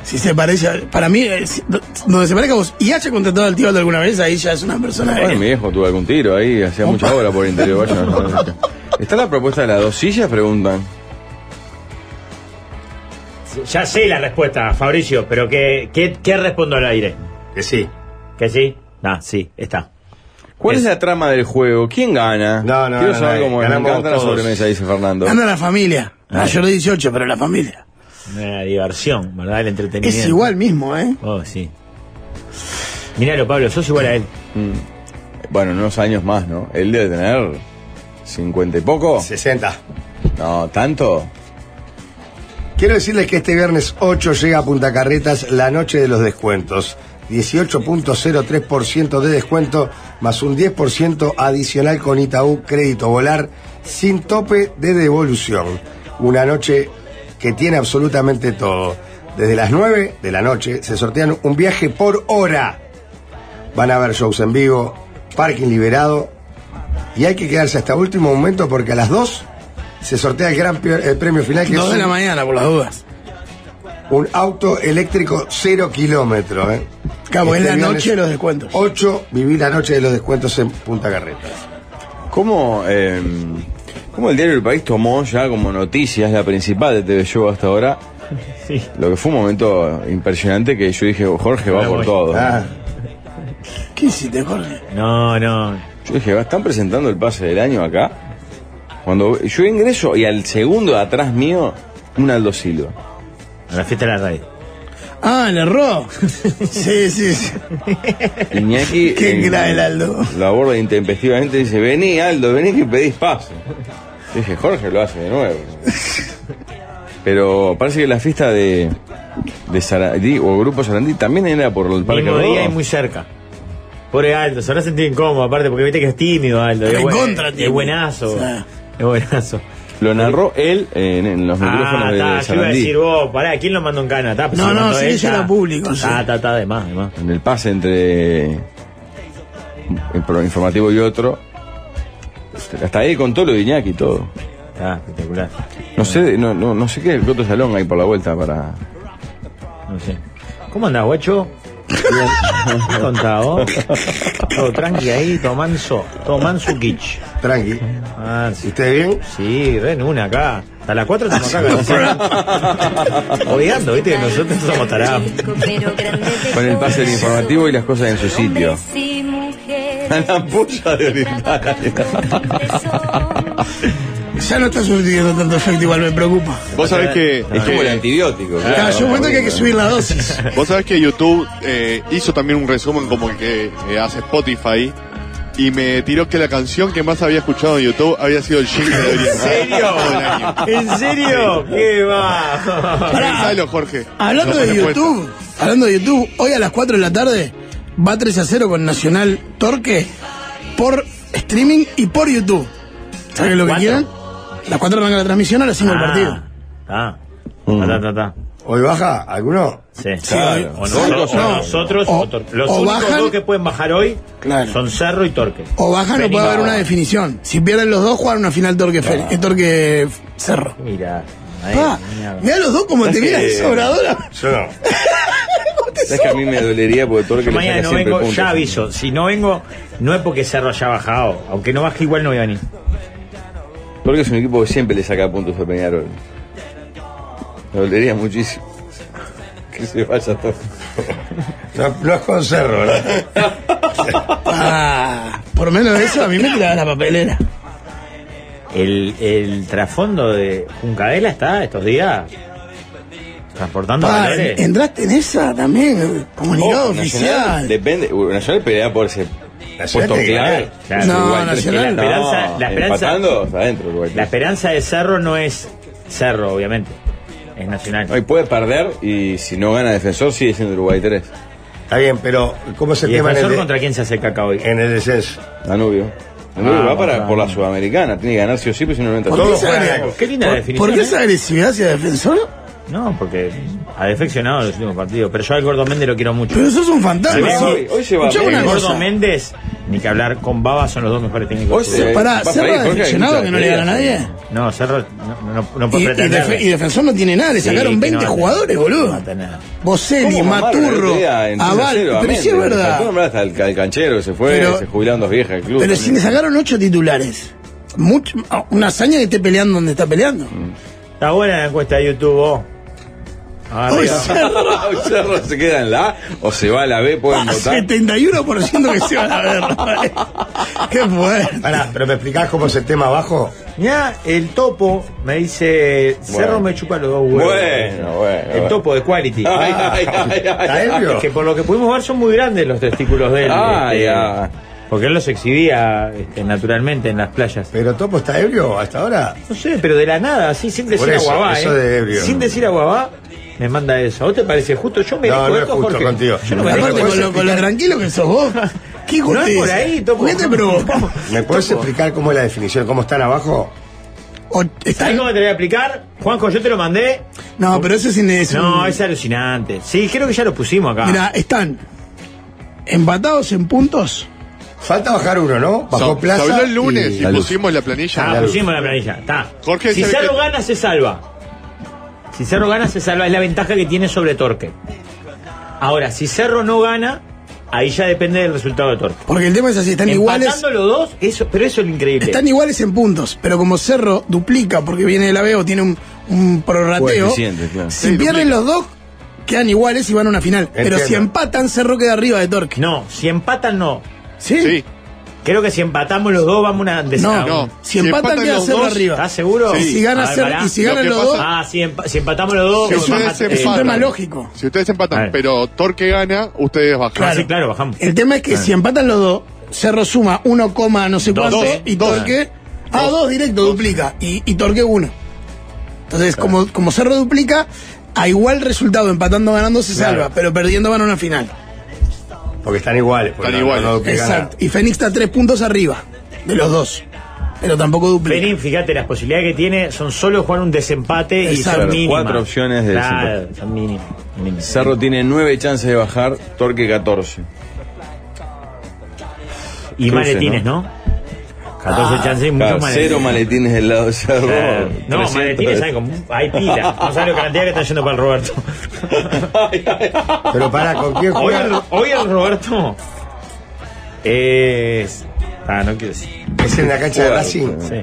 D: Si se parece, a- para mí, eh, si- do- donde se parezca a vos y haya contratado al tío Aldo alguna vez, ahí ya es una persona. de-
G: Bueno, mi viejo tuvo algún tiro ahí, hacía mucha hora por el interior. vaya, no, no, no. ¿Está la propuesta de las dos sillas? Preguntan.
E: Ya sé la respuesta, Fabricio, pero ¿qué, qué, qué respondo al aire?
F: Que sí.
E: ¿Que sí? Ah, sí, está.
G: ¿Cuál es,
E: Es-
G: la trama del juego? ¿Quién gana?
F: No, no,
G: Quiero
F: no,
G: saber
F: no,
G: cómo es. Me
F: ganamos
G: encanta la
F: todos.
G: sobremesa, dice Fernando.
D: Anda la familia. Mayor de 18, pero la familia.
E: Una diversión, ¿verdad? El entretenimiento.
D: Es igual mismo, ¿eh?
E: Oh, sí. Míralo, Pablo, sos igual a él.
G: Bueno, unos años más, ¿no? Él debe tener 50 y poco.
F: 60.
G: No, tanto.
F: Quiero decirles que este viernes 8 llega a Punta Carretas la noche de los descuentos. 18.03% de descuento más un 10% adicional con Itaú Crédito Volar sin tope de devolución. Una noche que tiene absolutamente todo. Desde las 9 de la noche se sortean un viaje por hora. Van a haber shows en vivo, parking liberado y hay que quedarse hasta último momento porque a las 2 se sortea el gran pio- el premio final que es
D: Dos de
F: un-
D: la mañana, por las dudas.
F: un auto eléctrico cero kilómetro, ¿eh?
D: Claro, porque
F: Este
D: es la
F: viernes
D: noche de los descuentos.
F: 8, viví la noche de los descuentos en Punta Carretas.
G: ¿Cómo, eh, cómo el diario El País tomó ya como noticias la principal de TV Show hasta ahora? Lo que fue un momento impresionante que yo dije, Jorge va
E: Me
G: por
E: voy.
G: todo.
F: Ah,
D: ¿Qué hiciste, Jorge?
E: No, no.
G: Yo dije, "Va, ¿están presentando el pase del año acá? Cuando yo ingreso y al segundo de atrás mío, un Aldo Silva.
E: A la fiesta de la radio.
D: Ah, el error. sí, sí, sí.
G: Iñaki.
D: Qué
G: eh,
D: grave el Aldo.
G: Lo aborda intempestivamente y dice, vení Aldo, vení que pedís paso. Dije, Jorge lo hace de nuevo. Pero parece que la fiesta de, de Sarandí o Grupo Sarandí también era por el Parque
E: Mismo día
G: Rodó.
E: y muy cerca. Pobre Aldo, se habrá sentido incómodo, aparte, porque viste que es tímido Aldo.
D: Pero
E: Es
D: en
E: buen-
D: contra,
E: es
D: tímido.
E: buenazo.
D: Sí.
E: Es buenazo.
G: Lo narró él en, en los micrófonos
E: Ah, ta,
G: de
E: yo iba a
G: Sarandí.
E: decir vos, pará, ¿quién lo mandó en cana? Ta, pues
D: No,
E: se lo
D: no,
E: mandó
D: sí,
E: él,
D: eso
E: ta.
D: era público, sí.
E: Ta, ta, ta, además, además.
G: en el pase entre el pro- informativo y otro. Hasta ahí contó lo de Iñaki y todo.
E: Está espectacular.
G: No sé, no, no, no sé qué qué otro salón hay por la vuelta para.
E: No sé. ¿Cómo andás, guacho? Bien. contado? Todo tranqui ahí, tomanzo, tomanzo kitsch.
F: Tranqui.
E: Ah, sí.
F: ¿Usted bien?
E: Sí, ven una acá. Hasta las 4 estamos acá. con el- Odiando, viste, que nosotros somos tarados.
G: Con el pase del informativo y las cosas en su sitio. A la puta de oriental.
D: Ya no está surtiendo tanto efecto, igual me preocupa.
M: Vos sabés que.
G: Es como el antibiótico.
D: Claro, Eh, Ah, yo cuento que hay que
G: subir
D: subir la dosis.
M: Vos sabés que YouTube eh, hizo también un resumen como el que eh, hace Spotify y me tiró que la canción que más había escuchado en YouTube había sido el jingle de Oriental. Todo el año.
E: ¿En serio? ¡Qué va!
M: Pensalo, Jorge.
D: Hablando
M: No
D: de
M: me cuesta.
D: YouTube, hablando de YouTube, hoy a las 4 de la tarde va 3 a 0 con Nacional Torque por streaming y por YouTube. ¿Saben lo que
E: ¿Cuatro?
D: quieran? A las 4 arranca la transmisión, a las 5 el partido. Mm.
E: Ah, ta, ta, ta, ta.
F: ¿Hoy baja alguno?
E: Sí.
G: Claro.
E: O nosotros, o
D: No.
E: nosotros,
D: O-
E: o Torque. los
D: o
E: únicos
D: bajan-
E: dos que pueden bajar hoy
D: Claro.
E: son Cerro y Torque.
D: O bajan o
E: Vení,
D: puede haber
E: va.
D: una definición. Si pierden los dos, juegan una final Torque, Fer- eh, Torque Cerro.
E: Mira, ahí,
D: Pa,
E: mira.
D: mirá los dos como te miran,
G: que-
D: sobradora.
F: Yo no.
G: Es que a mí me dolería porque todo lo que
E: Yo
G: le
E: mañana
G: saca
E: no
G: siempre
E: vengo,
G: puntos.
E: ya aviso, si no vengo, no es porque Cerro haya bajado, aunque no baje igual no voy a venir.
G: Porque es un equipo que siempre le saca puntos a Peñarol. Me dolería muchísimo. Que se vaya todo.
F: No, no es con cerro, ¿verdad?
D: Ah, por menos eso, a mí me tiraba la papelera.
E: El, el trasfondo de Juncadela está estos días transportando
D: Pa,
E: valores.
D: entraste Ah, en esa también, eh, comunicado
G: Ojo, Nacional
D: oficial.
G: Depende. uh, Nacional pelea por ese
F: Nacional
G: puesto
F: tiene que
G: clave.
F: ganar.
E: Claro.
D: No,
G: Uruguay, tres.
D: Nacional.
E: La esperanza-
G: No,
E: la esperanza-
G: Empatando, está adentro Uruguay.
E: La esperanza de Cerro no es Cerro, obviamente, es Nacional.
G: Hoy puede perder y si no gana defensor sigue siendo Uruguay 3.
F: Está bien, pero ¿cómo es el
E: ¿Y
F: tema en el,
E: Defensor
F: de-
E: contra quién se hace caca
D: Eh.
E: hoy?
F: en el descenso?
G: Danubio. Danubio
E: Ah,
G: va para,
E: vamos,
G: por la
E: vamos.
G: Sudamericana. Tiene que ganar sí o sí, pero si no, no entra.
D: ¿Por qué
G: Todo.
D: se
F: juegan
D: agrega-
F: algo.
E: Qué linda
D: ¿Por,
E: definición.
D: por qué
E: ¿eh?
D: esa agresividad hacia defensor?
E: No, porque ha defeccionado en los últimos partidos, pero yo al Gordo Méndez lo quiero mucho.
D: Pero sos un fantasma.
E: Hoy-
D: sí.
G: hoy se va
D: Escuchame
G: bien.
D: una
E: El Gordo
D: cosa.
E: Méndez, ni que hablar con Baba, son los dos mejores técnicos.
G: Hoy
E: del
G: se-
E: fútbol.
D: Pará,
G: eh, Va para
D: ¿Serra
G: ahí, porque hay
D: decepcionado
G: muchas
D: que no le gana a
G: peleas.
D: nadie?
E: No, Cerro no, no, no
D: Y,
E: puede
D: y
E: pretender.
D: defe- y Defensor no tiene nada, le
E: Sí,
D: sacaron
E: que
D: 20
E: no,
D: jugadores,
E: no,
D: boludo.
E: no tenés nada.
D: Boselli,
G: ¿Cómo mamaron el
D: Maturro,
G: otro día en 3 a
D: Aval.
G: 0 a
D: Pero sí es
G: Méndez?
D: verdad.
G: Faltó nombrar hasta el, al canchero que se fue,
D: Pero-
G: se jubilaron dos viejas del club.
D: Pero si
G: también.
D: le sacaron 8 titulares. Mucho, una hazaña que esté peleando donde está peleando.
E: Está buena la encuesta de YouTube, vos. Arriba.
D: Hoy Cerro,
G: Cerro se queda en la A o se va a la B,
D: Ah,
G: pueden votar.
D: 71% que se van a ver. ¿vale? Qué fuerte.
F: Pará, pero ¿me explicás cómo es el tema abajo?
E: Mirá, el topo me dice, Cerro me chupa los dos huevos.
G: Bueno, bueno,
E: El
G: bueno.
E: topo de Quality.
D: Ah,
G: Ay, ay, ay,
F: ¿Está
G: ay.
F: ebrio?
E: Es Ah, que por lo que pudimos ver son muy grandes los testículos de él.
G: Ah,
E: este,
G: ya.
E: Porque él los exhibía este, naturalmente en las playas.
F: ¿Pero Topo está ebrio hasta ahora?
E: No sé, pero de la nada, así, sin decir
F: Por eso,
E: a Guabá,
F: eso
E: ¿eh?
F: de ebrio.
E: Sin decir a Guabá, me manda eso. ¿A vos te parece justo? Yo me
F: No,
E: dejo
F: no es
E: esto,
F: justo
E: Jorge.
F: contigo.
E: Yo no me
F: Aparte,
E: dejo
D: Aparte,
E: esto.
D: con lo, con lo tranquilo que sos vos. ¿Qué
E: No es
D: justicia?
E: por ahí, Topo.
D: ¿Qué te provoca?
F: ¿Me puedes explicar cómo es la definición? ¿Cómo están abajo?
D: O- está-
E: ¿Sabés cómo te lo voy a explicar? Juanjo, yo te lo mandé.
D: No, pero eso es, in- es
E: No,
D: un-
E: es alucinante. Sí, creo que ya lo pusimos acá.
D: Mira, están empatados en puntos.
F: Falta bajar uno, ¿no? Bajó
M: Se-
F: Plaza.
M: Se habló el lunes
F: y-
M: y, pusimos la planilla.
E: Ah, pusimos la planilla. Está.
M: Jorge,
E: si
M: ¿sabe
E: Cerro
M: qué?
E: gana, se salva. Si Cerro gana, se salva. Es la ventaja que tiene sobre Torque. Ahora, si Cerro no gana, ahí ya depende del resultado de Torque.
D: Porque el tema es así, están iguales.
E: Empatando los dos, eso, pero eso es lo increíble.
D: Están iguales en puntos, pero como Cerro duplica porque viene de la B o tiene un, un prorrateo,
G: Coeficiente, claro.
D: si
M: Sí,
D: pierden
M: duplica.
D: los dos, quedan iguales y van a una final. Pero
F: Entiendo.
D: si empatan, Cerro queda arriba de Torque.
E: No, si empatan, no.
D: ¿Sí?
M: Sí.
E: Creo que si empatamos los dos, vamos a una
D: No,
E: décima.
M: No.
D: Si empatan, queda
M: los
D: Cerro
M: dos,
D: arriba.
E: ¿Estás seguro?
M: Sí.
D: Y si
E: A
D: gana
E: ver,
D: Cerro-
E: pará.
D: y si
M: Lo
D: ganan
M: que
D: los dos,
M: pasa-
E: Ah, si, empa- si empatamos los dos,
M: Si
E: vamos a-
M: ustedes
E: eh,
D: es un
M: empatan.
D: tema lógico.
M: Si ustedes empatan,
E: Vale.
M: pero Torque gana, ustedes bajan.
E: Ah, sí, claro, bajamos.
D: El tema es que si empatan los dos, Cerro suma 1, coma no sé
E: Dos,
D: cuánto
E: dos,
D: y
M: dos.
D: Torque. Ah, dos directo, duplica. Y, y Torque 1. Entonces, como, como Cerro duplica, a igual resultado, empatando ganando se
F: Claro.
D: salva, pero perdiendo van a una final.
F: Porque están iguales. porque
M: Están
F: no-
M: iguales.
F: no- no- que gana.
D: Exacto. Y Fénix está tres puntos arriba de los dos. Pero tampoco duplica.
E: Perín, fíjate, las posibilidades que tiene son solo jugar un desempate y
G: Exacto.
E: son
G: Claro,
E: mínimas.
G: cuatro opciones de
E: Claro,
G: desempate.
E: son mínimas. mínimas.
G: Cerro tiene 9 chances de bajar, Torque 14.
E: Y
G: Cruce,
E: maletines, ¿no? 14 chances y muchos
G: Claro,
E: maletines.
G: Cero maletines del lado de Cerro.
E: Claro. No,
G: 300
E: maletines hay, como- hay pila. No sabes lo que cantidad que está yendo para el Roberto.
F: Pero pará, ¿con quién
E: Hoy
F: juega?
E: el, hoy el Roberto es... Ah, no quiero decir.
F: Es en la cancha de
G: Claro,
F: Racing.
E: Sí.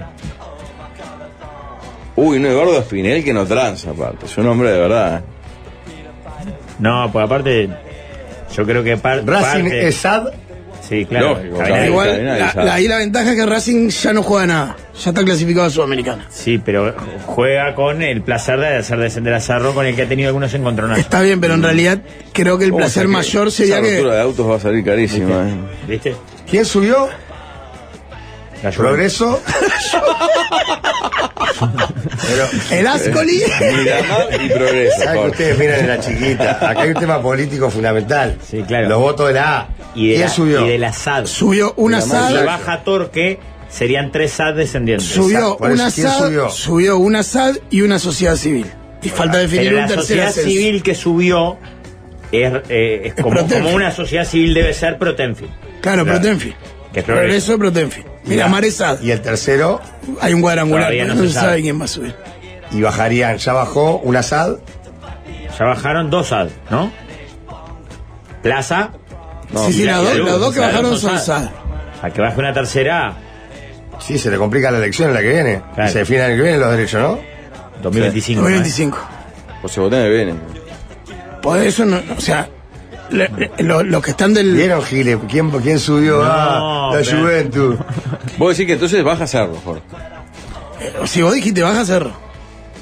G: Uy, no, Eduardo Espinel que no tranza, aparte. Es un hombre de verdad. ¿eh?
E: No, pues aparte... Yo creo que par-
F: Racing
E: parte...
F: es sad.
E: Sí, claro.
G: Lógico,
E: Cabinal-
G: claro.
D: Igual,
G: Nadie
D: la-
G: sabe.
D: la- ahí la ventaja es que Racing ya no juega nada. Ya está clasificado a Sudamericana.
E: Sí, pero juega con el placer de hacer descender a Cerro con el que ha tenido algunos encontronazos.
D: Está bien, pero en realidad creo que el
G: ¿Cómo
D: placer
G: saqué?
D: mayor sería
G: Esa rotura
D: que.
G: de autos va a salir carísima. eh.
E: ¿Viste?
F: ¿Quién subió?
E: La Juventus.
F: Progreso. Pero,
D: El Ascoli.
G: Miramar y progreso.
F: ¿saben que
G: Pablo.
F: ustedes miran en la chiquita? Acá hay un tema político fundamental.
E: Sí, claro.
F: Los votos de la A.
E: Y de,
F: ¿Quién
E: la,
F: subió?
E: y de la SAD.
D: subió una
G: Miramar,
E: Si
D: SAD.
E: baja Torque, serían tres SAD descendientes.
D: Subió
F: Exacto, por
D: una
F: eso, ¿quién
D: SAD.
F: subió?
D: Subió una SAD y una sociedad civil. Y falta definir
E: Pero
D: un
E: la
D: tercer
E: sociedad
D: ascenso.
E: civil que subió es, eh, es como,
D: Protenfi.
E: como una sociedad civil debe ser Protenfi.
D: Claro, Protenfi.
E: Que es
D: Progreso de Protenfi. Miramar es SAD.
F: Y el tercero,
D: Hay un cuadrangular,
E: Todavía
D: no,
E: no
D: se
E: se
D: sabe.
E: sabe
D: quién va a subir.
F: y bajarían. Ya bajó una SAD.
E: Ya bajaron dos SAD, ¿no? Plaza,
G: No,
D: sí, sí,
E: mira,
D: los dos,
E: y la
D: los
E: luz,
D: dos que
E: la luz
D: bajaron
E: no
D: son
E: sabe.
D: SAD.
E: a que baje una tercera,
F: Sí, se le complica la elección en la que viene.
E: Claro.
F: Se definen en el que viene los derechos, ¿no?
E: 2025. ¿eh?
D: 2025.
G: José Botana viene.
D: Por eso, no, o sea, le- le- lo- los que están del.
F: ¿Vieron, Gile? ¿Quién, quién subió?
E: No,
F: Ah, la
E: pero-
F: Juventus.
G: Vos decís que entonces baja Cerro, Jorge.
D: Si vos dijiste, vas a cerro.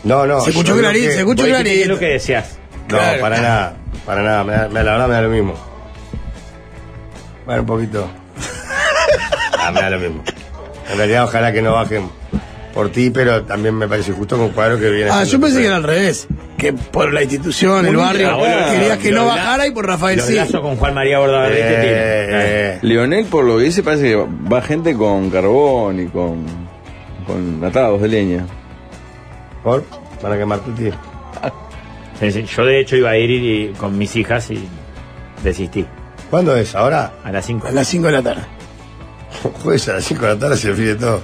F: No, no.
D: Se escuchó
F: yo creo
D: clarín,
F: que-
D: se escuchó
E: Vos dijiste
D: clarito.
E: que es lo que decías.
F: No,
D: Claro.
F: para nada. Para nada. Me da- me- la verdad me da lo mismo. Bueno, un poquito. Ah, me da lo mismo. En realidad, ojalá que no bajen por ti, pero también me parece injusto con cuadro que viene.
D: Ah,
F: haciendo
D: yo pensé que
F: campeón.
D: era al revés. Que por la institución, el
G: Muy
D: barrio,
G: bien,
D: querías que no
E: Los
D: bajara y por Rafael
E: Los
D: sí.
E: lazos con Juan María Bordaberry
F: Eh,
E: que tiene.
F: eh,
G: Leonel, por lo que dice, parece que va gente con carbón y con, con atados de leña.
F: ¿Por? Van a quemar tu tío.
D: eh.
E: Sí, sí, Yo de hecho iba a ir y- con mis hijas y desistí.
F: ¿Cuándo es? ¿Ahora?
E: A las 5.
D: A las 5 de la tarde.
F: Jueves a las 5 de la tarde se define todo.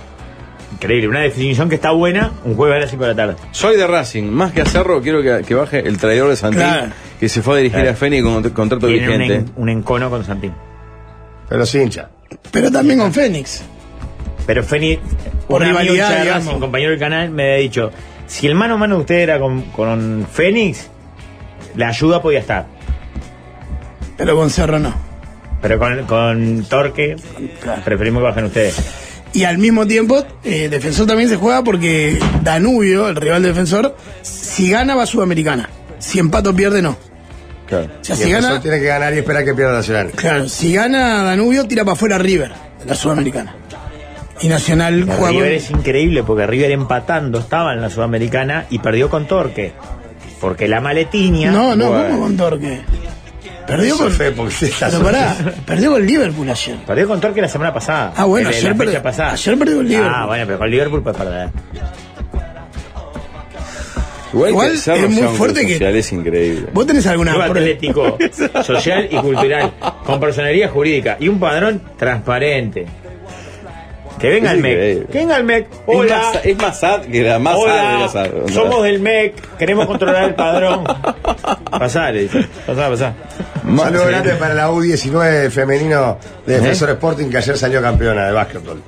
E: Increíble. Una definición que está buena, un jueves a las 5 de la tarde.
G: Soy de Racing, más que a Cerro, quiero que, que baje el traidor de Santín,
D: Claro.
G: que se fue a dirigir
E: Claro.
G: a Feni con cont- contrato
E: Tienen un,
G: vigente.
E: en- un encono con Santín.
F: Pero sin hincha.
D: Pero también con Fénix.
E: Pero Feni,
D: Por
E: un amigo
D: rivalidad,
E: hincha de
D: digamos.
E: Racing, compañero del canal, me había dicho: si el mano a mano de usted era con, con Fénix, la ayuda podía estar.
D: Pero con Cerro no.
E: Pero con, con Torque, preferimos que bajen ustedes.
D: Y al mismo tiempo, eh, Defensor también se juega porque Danubio, el rival de Defensor, si gana va a Sudamericana. Si empate o pierde, no.
G: Claro.
D: O sea,
F: Y
D: si
F: el
D: gana,
F: profesor tiene que ganar y esperar que pierda Nacional.
D: claro, si gana Danubio, tira para afuera River, de la Sudamericana. Y Nacional juega con-
E: River es increíble porque River empatando estaba en la Sudamericana y perdió con Torque. Porque la maletiña.
D: No, no,
G: Bueno.
D: ¿cómo con Torque? Perdió
F: Eso
D: con.
F: fue porque se está
D: Pero pará, perdió con Liverpool ayer.
E: Perdió con Torque la semana pasada.
D: Ah, bueno,
E: Eh, la
D: ayer
E: fecha
D: perdió-
E: pasada.
D: ayer perdió el Liverpool.
E: Ah, bueno, pero con Liverpool puede perder.
G: Igual,
D: Igual
G: que el Cerro
D: es muy
G: sea un
D: fuerte
G: club
D: que-
G: social, es increíble.
D: ¿Vos tenés alguna
E: Club
D: pro-
E: atlético, social y cultural, con personería jurídica y un padrón transparente. Que venga
G: Es
E: el MEC.
G: increíble.
E: Que venga el MEC.
G: Es
E: Hola.
G: más, es más sad que la más sad de
E: Hola,
G: la sad. ¿no?
E: somos del MEC, queremos controlar el padrón. Pasá, le dice. Pasá, pasá.
F: Un
G: Más-
F: saludo grande para la U19 femenino de Defensor Sporting que ayer salió campeona de básquetbol.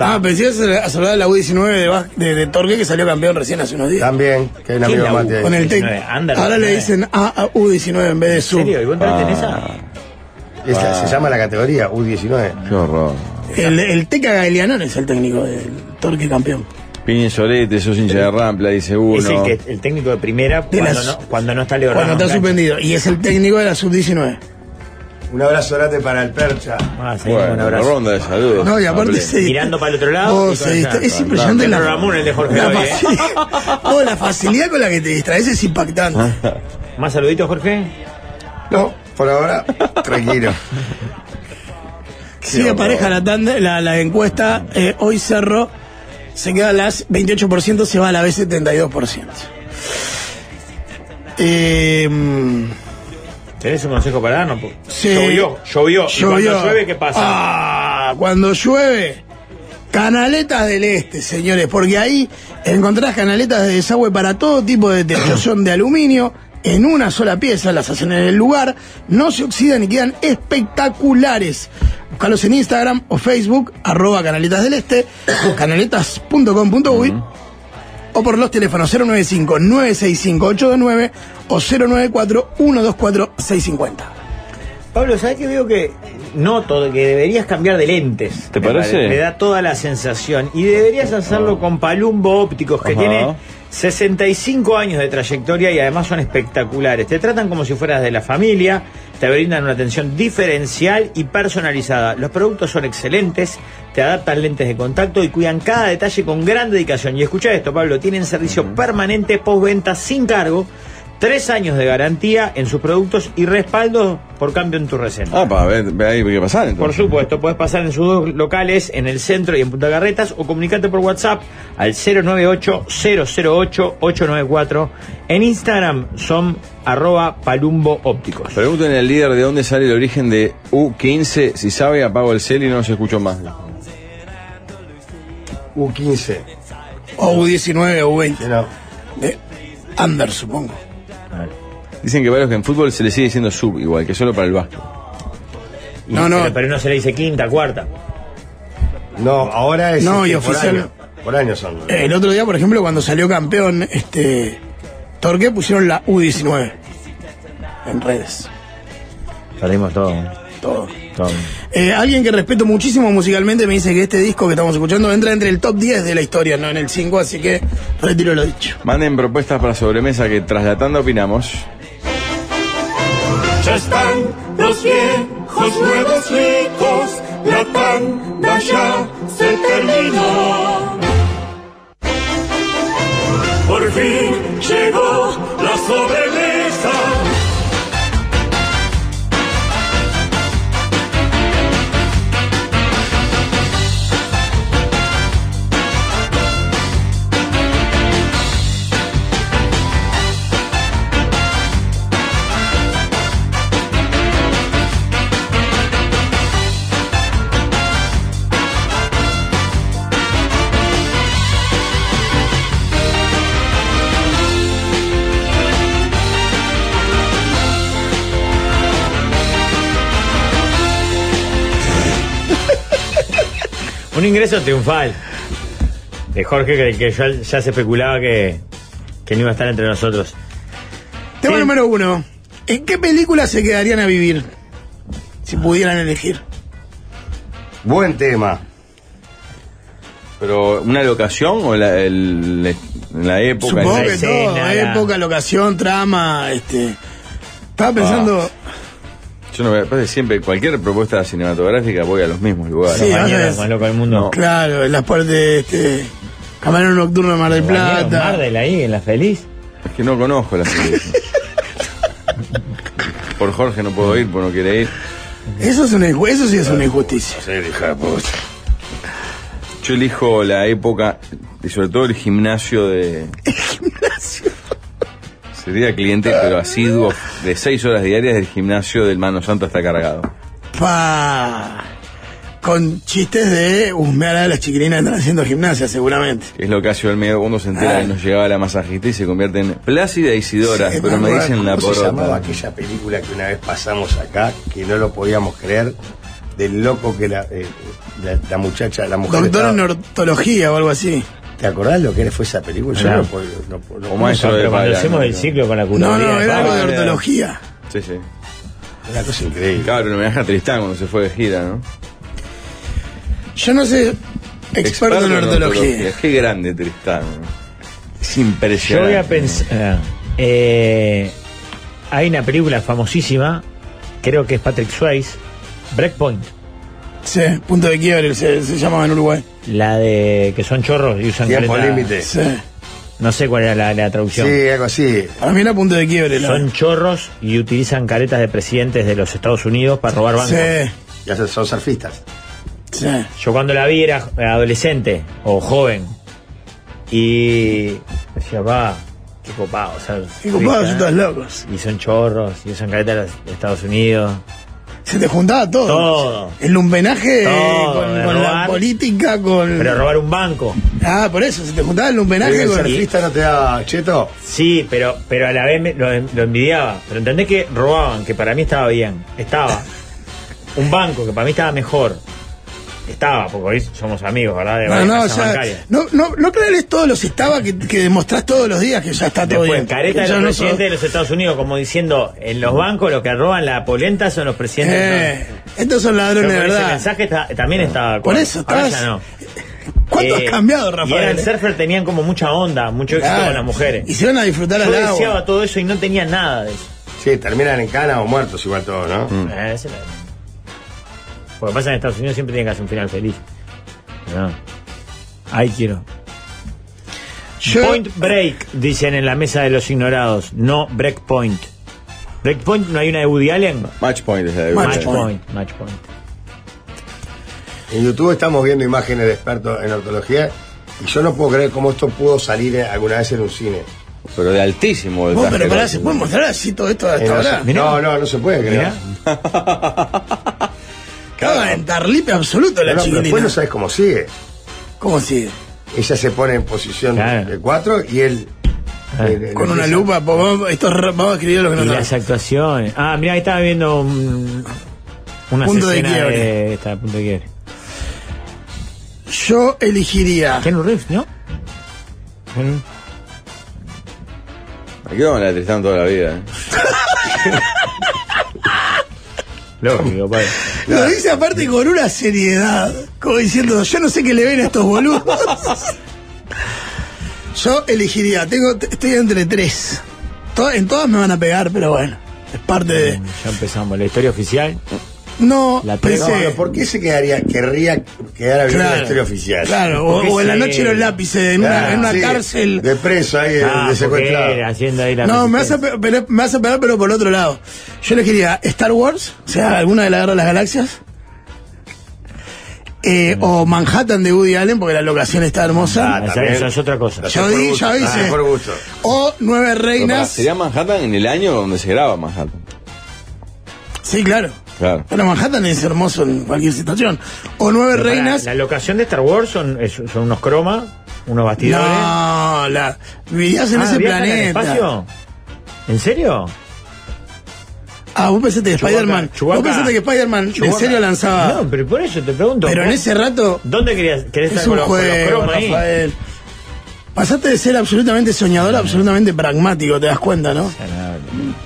D: Ah, pensé a hablar de la U19 de, Bas- de, de Torque que salió campeón recién hace unos días.
F: También, que hay un amigo
E: la
F: Mati
E: U?
F: ahí.
D: Con el Tec.
E: 19, under
D: Ahora le
E: 19.
D: dicen A, a U19 en vez de
E: ¿En
D: Sub.
E: serio? ¿Y vos entraste en esa?
D: Ah,
F: Es la- Se llama la categoría U19.
G: Qué horror.
D: El, el Teca Gaelianón es el técnico del Torque campeón.
G: Piñe Solete, sos hincha de Rampla, dice uno.
E: Es el, que, el técnico de primera
D: De
E: cuando,
D: las-
E: no, cuando no está Leo
D: Cuando
E: Ramos
D: está
E: en cancha.
D: suspendido. Y es el técnico de la Sub-19.
F: Un abrazo grande para el Percha.
E: Ah, sí,
G: Bueno,
E: un abrazo.
G: ronda de saludos.
D: No, y aparte
G: Hablé.
D: se.
E: Mirando para el otro lado.
D: Oh,
E: y con
D: se
E: esa-
D: distra- es impresionante la,
E: Ramón, el de Jorge
D: la
E: hoy, ¿eh?
D: facilidad, No, la facilidad con la que te distraes es
G: Ah,
D: impactante.
E: Más saluditos, Jorge.
F: No, por ahora, tranquilo.
D: Sigue pareja la, tanda- la, la encuesta. eh, hoy Cerro se queda a las 28%, se va a la B72%. Eh, mm,
E: ¿Tenés un consejo para darnos? Po-
D: Sí.
E: Llovió, llovió. ¿Y
D: Llovió.
E: cuando llueve qué pasa?
D: Ah, cuando llueve, canaletas del este, señores, porque ahí encontrás canaletas de desagüe para todo tipo de techos, son de aluminio, en una sola pieza, las hacen en el lugar, no se oxidan y quedan espectaculares. Buscalos en Instagram o Facebook, arroba canaletas del este, canaletas.com.uy o por los teléfonos 095-965-829 o 094-124-650.
E: Pablo, ¿sabes que veo que noto que deberías cambiar de lentes?
G: ¿Te
E: Me
G: parece? Ah.
E: Me da toda la sensación. Y deberías hacerlo con Palumbo Ópticos, que
G: Ajá.
E: tiene 65 años de trayectoria y además son espectaculares. Te tratan como si fueras de la familia, te brindan una atención diferencial y personalizada. Los productos son excelentes, te adaptan lentes de contacto y cuidan cada detalle con gran dedicación. Y escucha esto, Pablo, tienen servicio permanente postventa sin cargo. Tres años de garantía en sus productos y respaldo por cambio en tu receta.
G: Ah, para ver, ve ahí qué pasar
E: Por
G: entonces.
E: supuesto, puedes pasar en sus dos locales, en el centro y en Punta Carretas, o comunicate por WhatsApp al 098-008-894. En Instagram son arroba palumbo ópticos.
G: Pregúntenle al líder de dónde sale el origen de U15. Si sabe, apago el cel y no se escucho más.
F: U15.
D: O U19 o U20.
F: No.
D: Eh, under, supongo.
G: Dicen que varios que en fútbol se le sigue diciendo sub igual, que solo para el básquet.
E: Y-
D: No, no.
E: Pero, pero no se le dice quinta, cuarta.
F: No, ahora es. este,
D: No, y
F: por
D: oficial-
F: año. Por año son.
D: Eh, El otro día, por ejemplo, cuando salió campeón, este. Torqué pusieron la U19. En redes.
E: Perdimos todo.
D: Todo.
E: todo.
D: Eh, alguien que respeto muchísimo musicalmente me dice que este disco que estamos escuchando entra entre el top 10 de la historia, no en el 5, así que retiro lo dicho.
G: Manden propuestas para sobremesa que tras la tanda opinamos.
L: Ya están los viejos nuevos ricos, la tanda ya se terminó. Por fin llegó la sobremesa.
E: Un ingreso triunfal de Jorge, que, que ya, ya se especulaba que, que no iba a estar entre nosotros.
D: Tema
E: Sí.
D: número uno. ¿En qué película se quedarían a vivir? Si pudieran elegir.
F: Buen tema.
G: Pero, ¿una locación o la, el- la- la época?
D: Supongo
G: la
D: que
G: escena?
D: todo.
E: escena, la-
D: Época, locación, trama, este. Estaba
E: Ah.
D: pensando.
G: Yo no veo, aparte siempre, cualquier propuesta cinematográfica voy a los mismos lugares.
D: Sí, ahora
E: Compañero,
D: es-
E: más loco del mundo.
G: No.
D: Claro, en las partes de este. Camarón nocturno de Mar del
E: Compañero,
D: Plata.
E: Mardel ahí, en la feliz.
G: Es que no conozco la serie. Por Jorge no puedo ir, porque no quiere ir.
D: Eso, es una, inju- eso sí es una injusticia.
G: Yo elijo la época y sobre todo el gimnasio de. Sería cliente, pero asiduo de seis horas diarias del gimnasio del Mano Santo está cargado.
D: Pa. Con chistes de husmear a las chiquilinas que están haciendo gimnasia, seguramente.
G: Es lo que hace el medio mundo se entera que
F: Ah.
G: nos llegaba la masajista y se convierte en Plácida Isidora,
D: Sí,
G: pero me
D: mamá,
G: dicen la
F: ¿Cómo se llamaba
G: porota.
F: aquella película que una vez pasamos acá, que no lo podíamos creer, del loco que la, eh, la, la muchacha, la mujer.
D: Doctor en
F: estaba-
D: ortología o algo así.
F: ¿Te acordás lo que fue esa película? Yo
D: Ah.
E: Claro.
F: no puedo. No, puedo- no-
G: O maestro de
E: Pero cuando
G: baila,
E: hacemos
G: ¿no?
E: el ciclo con la cultura.
D: No, no, era algo de
G: Pablo.
D: ortología.
G: Sí, sí.
F: Una cosa increíble.
G: Claro, un homenaje a Tristán cuando se fue de gira, ¿no?
D: Yo no sé. Experto, en ortología.
G: Qué grande Tristán. Es
E: Yo
G: impresionante.
E: voy a pensar. eh, hay una película famosísima, creo que es Patrick Swayze, Breakpoint,
D: Sí, punto de quiebre se, se llamaba en Uruguay.
E: la de que son chorros y usan
F: Tiempo
E: coleta-
F: límite.
D: Sí.
E: No sé cuál era la, la traducción.
F: Sí, algo así.
D: Para mí era punto de quiebre. La...
E: Son chorros y utilizan caretas de presidentes de los Estados Unidos para robar bancos.
D: Sí.
F: Ya son- son surfistas.
E: Yo cuando la vi era adolescente o joven. Y decía, va, qué copado. O sea,
D: Qué copado,
E: ¿viste? eh?".
D: son todos locos.
E: Y son chorros, y usan caretas de los- de Estados Unidos.
D: Se te juntaba todo.
E: Todo.
D: El lumpenaje eh,
E: Todo,
D: con,
E: de
D: con la
E: robar.
D: política, con.
E: Pero robar un banco.
D: Ah, por eso, se te juntaba el lumpenaje
E: Debe
D: con.
E: ser fiesta,
F: no te da cheto?
E: Sí, pero, pero a la vez me- lo, lo envidiaba. Pero entendés que robaban, que para mí estaba bien. Estaba. Un banco que para mí estaba mejor. Estaba, porque hoy somos amigos, ¿verdad? De
D: No,
E: varias
D: no,
E: casas
D: ya-
E: bancarias.
D: no, no, no creerles todos los estaba que, que demostrás todos los días que ya está todo
E: Después,
D: bien.
E: careta
D: Que
E: de
D: ya
E: los
D: no sos-
E: presidentes de los Estados Unidos, como diciendo, en los bancos los que roban la polenta son los presidentes. de
D: Eh,
E: los-
D: estos son ladrones de
E: Pero con Ese
D: verdad.
E: mensaje está- también estaba.
D: Por eso,
E: Ahora
D: estás-
E: ya no.
D: ¿Cuánto has
E: Eh,
D: cambiado,
E: Y
D: Rafael?
E: eran surfer, tenían como mucha onda, mucho éxito
D: Claro.
E: con las mujeres.
D: Y se van a disfrutar
E: Yo
D: al agua.
E: deseaba todo eso y no tenía nada de eso.
F: Sí, terminan en cana o muertos igual todo, ¿no?
D: Mm.
E: Eh, ese no es. Porque pasa en Estados Unidos siempre tiene que hacer un final feliz. No. Ahí quiero.
D: Yo-
E: Point break, dicen en la mesa de los ignorados. No break point. Break point, ¿no hay una de Woody Allen?
G: Match point es la de
E: Match,
G: Uruguay.
E: point. Match point.
F: En YouTube estamos viendo imágenes de expertos en ortología y yo no puedo creer cómo esto pudo salir eh, alguna vez en un cine.
G: Pero de altísimo
D: Vos,
G: voltaje.
D: pero pará, ¿se puede mostrar así todo esto hasta
F: Eh, no,
D: ahora?
F: se- no, no, no se puede creer.
D: Estaba en tarlipe absoluto la
F: No, no, pero
D: chiquilina.
F: después no sabes cómo sigue.
D: ¿Cómo sigue?
F: Ella se pone en posición
E: Claro.
F: de cuatro y él. él- él
D: Ah. Con una
F: empieza-
D: lupa, po, vamos, esto es ra- vamos a escribir lo que no
E: Y
D: sabemos.
E: las actuaciones. Ah, mira, ahí estaba viendo un, una
D: Punto de
E: escena
D: quiebre.
E: de esta punto de quiebre.
D: Yo elegiría.
E: Keanu Reeves, ¿no? Keanu-
G: Aquí vamos a la de Tristán toda la vida. ¿eh?
E: Lógico, padre.
D: Lo dice aparte con una seriedad. Como diciendo, yo no sé qué le ven a estos boludos. Yo elegiría, tengo, t- estoy entre tres. To- en todas me van a pegar, pero bueno. Es parte de.
E: Ya empezamos. La historia oficial.
D: No,
E: La tres-
F: No,
D: pensé.
F: pero ¿por qué se quedaría, querría quedar abierta
D: Claro.
F: la historia oficial?
D: Claro, o,
E: Porque
D: o en la
E: sí.
D: noche los lápices, en
F: Claro,
D: una, en una
F: Ah, sí,
D: cárcel.
F: De preso ahí, de-
E: Ah,
F: de
E: porque
F: secuestrado.
E: era, haciendo ahí la
D: No, me vas, a
E: resistencia.
D: pe- pero- me vas a pegar, pero por el otro lado. Yo le quería Star Wars, o sea, alguna de la Guerra de las Galaxias. Eh, o Manhattan de Woody Allen, porque la locación está hermosa.
F: Ah,
E: Esa-
F: también.
E: esa es otra cosa.
F: Así
D: Yo
F: por
D: di,
F: gusto,
D: yo
F: así
D: hice.
F: por gusto.
D: O Nueve
G: Pero pará,
D: Reinas.
G: Sería Manhattan en el año donde se graba Manhattan.
D: Sí, claro.
G: Claro.
D: Pero Manhattan es hermoso en cualquier situación. O Nueve
E: Pero pará,
D: Reinas.
E: La locación de Star Wars son, es- son unos cromas, unos bastidores.
D: No, la, vivías en
E: Ah,
D: ese
E: ¿viajan al
D: planeta.
E: espacio? ¿En serio?
D: Ah, vos pensaste que Spider-Man.
E: Chewbacca.
D: Vos pensaste que Spider-Man en
E: Chewbacca.
D: serio lanzaba.
E: No, pero por eso te pregunto.
D: Ah. pero en
E: ¿vos-
D: ese rato.
E: ¿Dónde querías, querés
D: Es
E: estar con
D: un
E: los, con los
D: juego,
E: cromas ahí?
D: Rafael. Pasaste de ser absolutamente soñador, a absolutamente pragmático, te das cuenta, ¿no?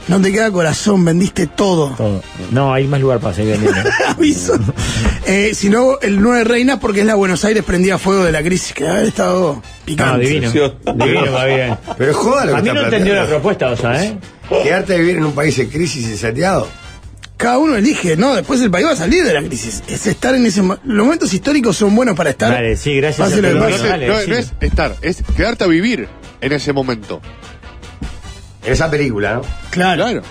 D: No te queda corazón, vendiste todo.
E: Todo. No, hay más lugar para seguir vendiendo.
D: Aviso. Eh, si no, el 9 Reinas, porque es la Buenos Aires prendida a fuego de la crisis, que ha estado
E: No,
D: picante.
E: divino. Divino, va bien.
F: Pero joda lo que
E: A mí
F: está
E: no entendió la
F: planteando.
E: propuesta, o sea, ¿eh?
F: Quedarte a vivir en un país en crisis incendiado.
D: Cada uno elige, ¿no? Después el país va a salir de la crisis. Es estar en ese. mo- Los momentos históricos son buenos para estar.
E: Dale, sí, gracias
D: Pase
E: a
D: lo
E: tu
D: que
M: No,
E: Bueno,
M: es-
D: pase.
E: dale,
M: no-
E: sí.
M: no es estar, es quedarte a vivir en ese momento.
F: En esa película, ¿no?
D: Claro.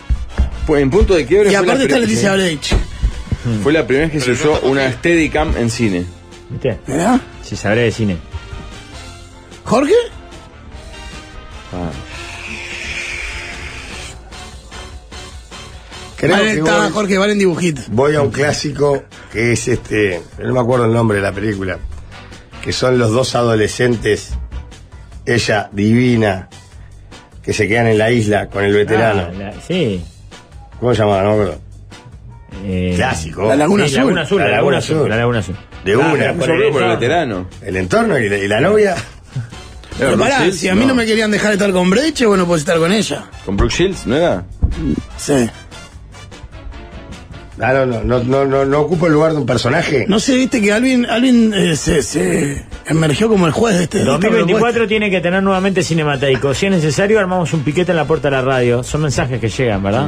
G: Pues en punto de
D: Y
G: quiebre fue la,
D: aparte está
G: pri-
D: Leticia Brecht.
G: fue la primera vez que se usó una Steadicam en cine.
E: ¿Viste?
D: ¿Verdad?
E: Si sabré de cine.
D: Ah. ¿Jorge?
F: Creo
D: Valen-
F: que
D: está
F: voy-
D: Jorge, valen dibujito.
F: Voy a un clásico que es este, no me acuerdo el nombre de la película, que son los dos adolescentes, ella divina, que se quedan en la isla con el veterano.
E: Ah, la- sí.
F: ¿Cómo se llamaba? No me acuerdo.
E: Eh,
F: Clásico.
D: La Laguna
E: sí, Laguna Azul. La Laguna Azul. La Laguna Azul.
F: De
E: Ah,
F: una.
E: pero por
F: Yo
E: el
F: creo
G: Por el
E: entorno.
G: veterano.
F: El entorno y la, y la novia. ah,
G: Era
D: Pero
G: Brooke
D: pará,
G: Shields,
D: si a mí no. me querían dejar estar con Breche, bueno, puedes estar con ella.
G: Con Brooke Shields, ¿no era?
D: Sí.
F: Ah, no, no, no, no, no, no ocupa el lugar de un personaje.
D: No sé, viste que Alvin, Alvin eh, se, se emergió como el juez de este. de esta
E: 2024 tiene que tener nuevamente Cinemateico. Si es necesario, armamos un piquete en la puerta de la radio. Son mensajes que llegan, ¿verdad?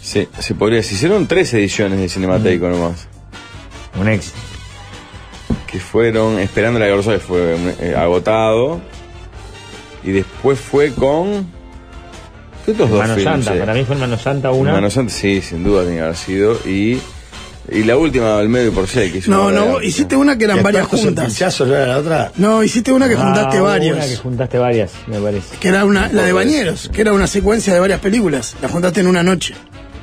G: Sí, se podría decir. Hicieron tres ediciones de Cinemateico
D: Mm.
G: nomás.
E: Un ex.
G: Que fueron Esperando la Garza, que fue eh, agotado. Y después fue con. ¿Qué otros dos
E: Mano
G: films?
E: Santa.
G: eh?
E: Para mí fue Mano Santa una.
G: Mano Santa, sí, sin duda tiene que haber sido. Y Y la última, al medio por se que hizo
D: No,
G: una
D: no,
G: hora
D: vos
G: de-
D: hiciste una que eran
G: Después
D: varias
G: puso el
D: juntas.
F: pinchazo, ¿no era la otra?
D: No, hiciste una que juntaste
E: Ah,
D: varias.
E: Una que juntaste varias, me parece.
D: Que era una, la de Bañeros, que era una secuencia de varias películas. La juntaste en una noche.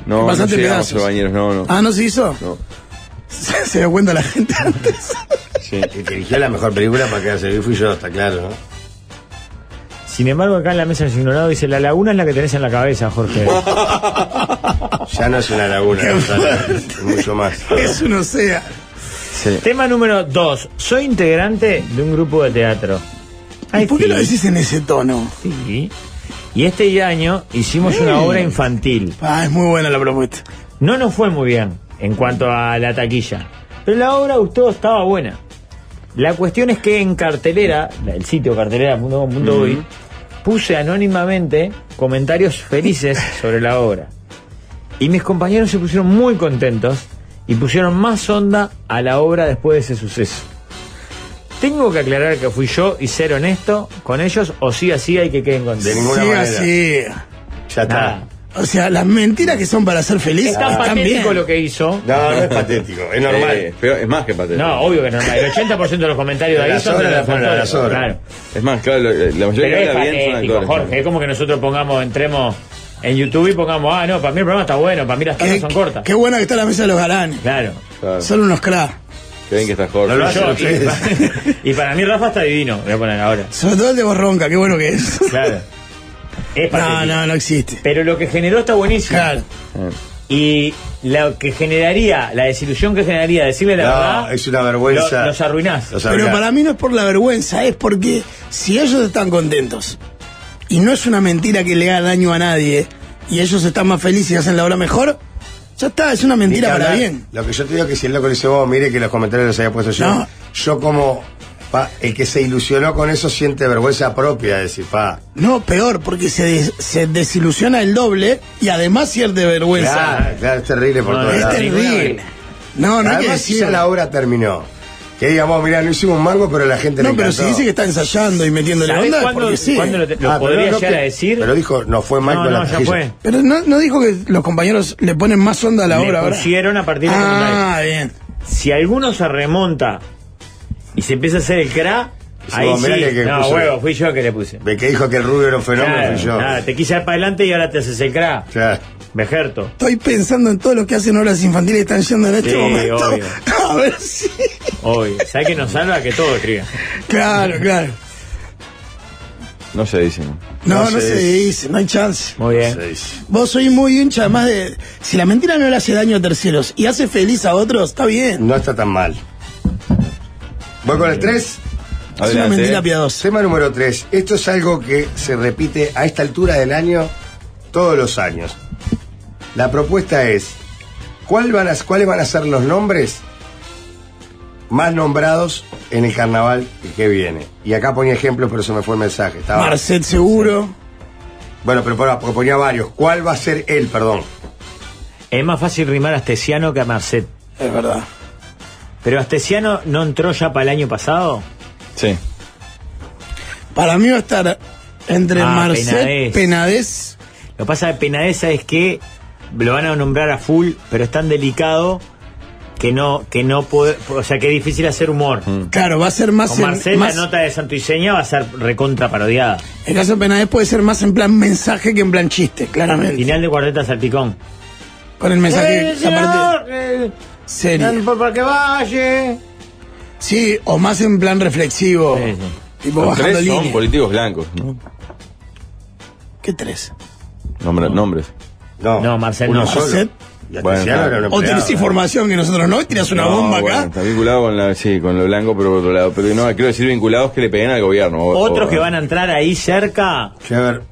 G: No, no
D: Bastante
G: llegamos
D: pedazos.
G: a los bañeros, no, no.
D: Ah, ¿no se hizo?
G: No.
D: Se, se dio cuenta la gente antes.
G: Sí.
F: El que eligió la mejor película para quedarse bien fui yo, está claro, ¿no?
E: Sin embargo, acá en la mesa del ignorado dice, la laguna es la que tenés en la cabeza, Jorge.
F: Ya no es una laguna,
D: Qué
F: no, ya no,
D: fuerte.
F: es mucho más.
D: Es un océano.
E: Tema número 2. Soy integrante de un grupo de teatro.
D: ¿Y por qué lo
E: sí.
D: decís en ese tono?
E: Sí. Y este año hicimos una obra infantil.
D: Ah, es muy buena la propuesta.
E: No nos fue muy bien en cuanto a la taquilla. Pero la obra gustó, estaba buena. La cuestión es que en cartelera, la- el sitio cartelera.com.uy, puse anónimamente comentarios felices sobre la obra. Y mis compañeros se pusieron muy contentos y pusieron más onda a la obra después de ese suceso. Tengo que aclarar que fui yo y ser honesto con ellos, o sí así hay que queden
F: De
E: contentos.
F: ninguna
D: Sí,
F: manera.
D: así.
F: Ya está.
E: Nada.
D: O sea, las mentiras que son para ser feliz
E: Es tan
D: están bien.
E: patético lo que hizo.
F: No, no es patético, es normal.
G: Eh, pero es más que patético.
E: No, obvio que normal. El 80% de los comentarios de ahí
F: Las
E: son
F: obras
E: de los
F: fueron a
E: actores,
F: las obras.
E: Claro.
G: Es más, claro, lo- la
E: Pero
G: mayoría que
E: es
G: habla bien son
E: patético,
G: actores.
E: Jorge. Es como que nosotros pongamos, entremos en YouTube y pongamos, ah, no, para mí el programa está bueno, para mí las
D: Qué,
E: tardes Ah, son cortas.
D: qué buena que está la mesa de los galanes.
E: Claro.
G: Claro,
D: Son unos cracks.
G: Qué bien que está
F: No
G: Jorge.
F: lo hacen
E: Yo, y,
F: ustedes.
E: y para mí Rafa está divino, voy a poner ahora.
D: Sobre todo el de Borronca, qué bueno que es.
E: Claro. Es
D: No,
E: patético.
D: no, no existe.
E: Pero lo que generó está buenísimo.
D: Claro.
E: Y lo que generaría, la desilusión que generaría, decirle la
F: No,
E: verdad.
F: es una vergüenza.
E: lo- los arruinás.
F: Los
D: Pero
F: arruinás.
D: para mí no es por la vergüenza, es porque si ellos están contentos y no es una mentira que le haga daño a nadie y ellos están más felices y hacen la obra mejor, ya está, es una
F: Ni que
D: mentira para
F: hablar.
D: bien.
F: Lo que yo te digo es que si el loco le dice, vos, mire que los comentarios los había puesto yo.
D: No.
F: Yo como, pa, el que se ilusionó con eso siente vergüenza propia, decir, pa.
D: No, peor, porque se, des- se desilusiona el doble y además pierde vergüenza.
F: Claro, claro, es terrible por
E: No,
F: todos
E: es
D: Es
F: lados.
E: terrible.
D: terrible. No, no hay que
F: Además,
D: decir.
F: ya la obra terminó. Que digamos, mirá, no hicimos un mango, pero la gente
D: No,
F: le
D: pero
F: encantó.
D: si dice que está ensayando y metiéndole
E: ¿Sabés
D: onda, es
E: cuándo,
D: porque sí.
E: cuándo lo, te- lo
F: Ah, pero
E: podría
F: no,
E: llegar
F: que-
E: a decir?
F: Pero dijo, no fue mal
E: no,
F: con
E: no,
F: la
E: ya
F: taquilla.
E: fue.
D: Pero no, no dijo que los compañeros le ponen más onda a la
E: Le
D: obra ahora.
E: pusieron a partir de
D: Ah, bien.
E: Si alguno se remonta y se empieza a hacer el cra,
F: Ese
E: ahí sí.
F: bomberá que- que
E: no,
F: puso-
E: huevo, fui yo que le puse.
F: Ve que dijo que el rubio era un fenómeno,
E: Claro,
F: fui yo.
E: nada, te quise dar para adelante y ahora te haces el cra.
F: Claro.
E: Vejerto.
D: Estoy pensando en todos los que hacen obras infantiles que están yendo en este
E: Sí,
D: momento.
E: obvio.
D: A ver si.
E: Hoy. ¿Sabes que nos salva? Que todo escriba.
D: Claro, claro.
G: No se dice, ¿no?
D: No, no, se
F: No sé.
D: dice, no hay chance.
E: Muy bien.
F: Se dice.
D: Vos sois muy hincha, además de. Si la mentira no le hace daño a terceros y hace feliz a otros, está bien.
F: No está tan mal. Voy con el 3.
D: es una
G: Adelante.
D: mentira piadosa.
F: Tema número 3. Esto es algo que se repite a esta altura del año todos los años. La propuesta es, ¿cuál van a- ¿cuáles van a ser los nombres más nombrados en el carnaval que viene? Y acá ponía ejemplos, pero se me fue el mensaje. Estaba-
D: Marcet seguro.
F: Bueno, pero pará, porque ponía varios. ¿Cuál va a ser él, perdón?
E: Es más fácil rimar a Astesiano que a Marcet.
D: Es verdad.
E: Pero Astesiano no entró ya para el año pasado.
G: Sí.
D: Para mí va a estar entre
E: Ah,
D: Marcet,
E: Penades.
D: Penades.
E: Lo que pasa de Penadeza es que lo van a nombrar a full, pero es tan delicado que no, que no puede, o sea que es difícil hacer humor.
D: Claro, va a ser más.
E: Con
D: en-
E: Marcel
D: más-
E: la nota de Santo Iseña va a ser recontra parodiada.
D: El caso de Penades puede ser más en plan mensaje que en plan chiste, claramente.
E: Final de Cuarteta Salpicón.
D: Con el mensaje. aparte, serio.
E: para que vaya.
D: Sí, o más en plan reflexivo.
E: Sí, sí.
D: Tipo
G: Los
D: bajando
G: tres son
D: línea.
G: políticos blancos, ¿no?
D: ¿Qué tres?
G: Nombra- Nombres.
F: No,
E: No, Marcel
F: uno
E: no.
F: solo.
D: Marcet.
F: Y Astesiano
G: Bueno, claro.
F: era un
D: O tenés
F: empleado.
D: información que nosotros no, y tirás una
G: No,
D: bomba
G: bueno,
D: acá.
G: Está vinculado con, la, sí, con lo blanco, pero por otro lado. Pero no, quiero decir vinculados que le peguen al gobierno. o-
E: Otros
G: o-
E: que van a entrar ahí cerca,
F: Sí, a ver,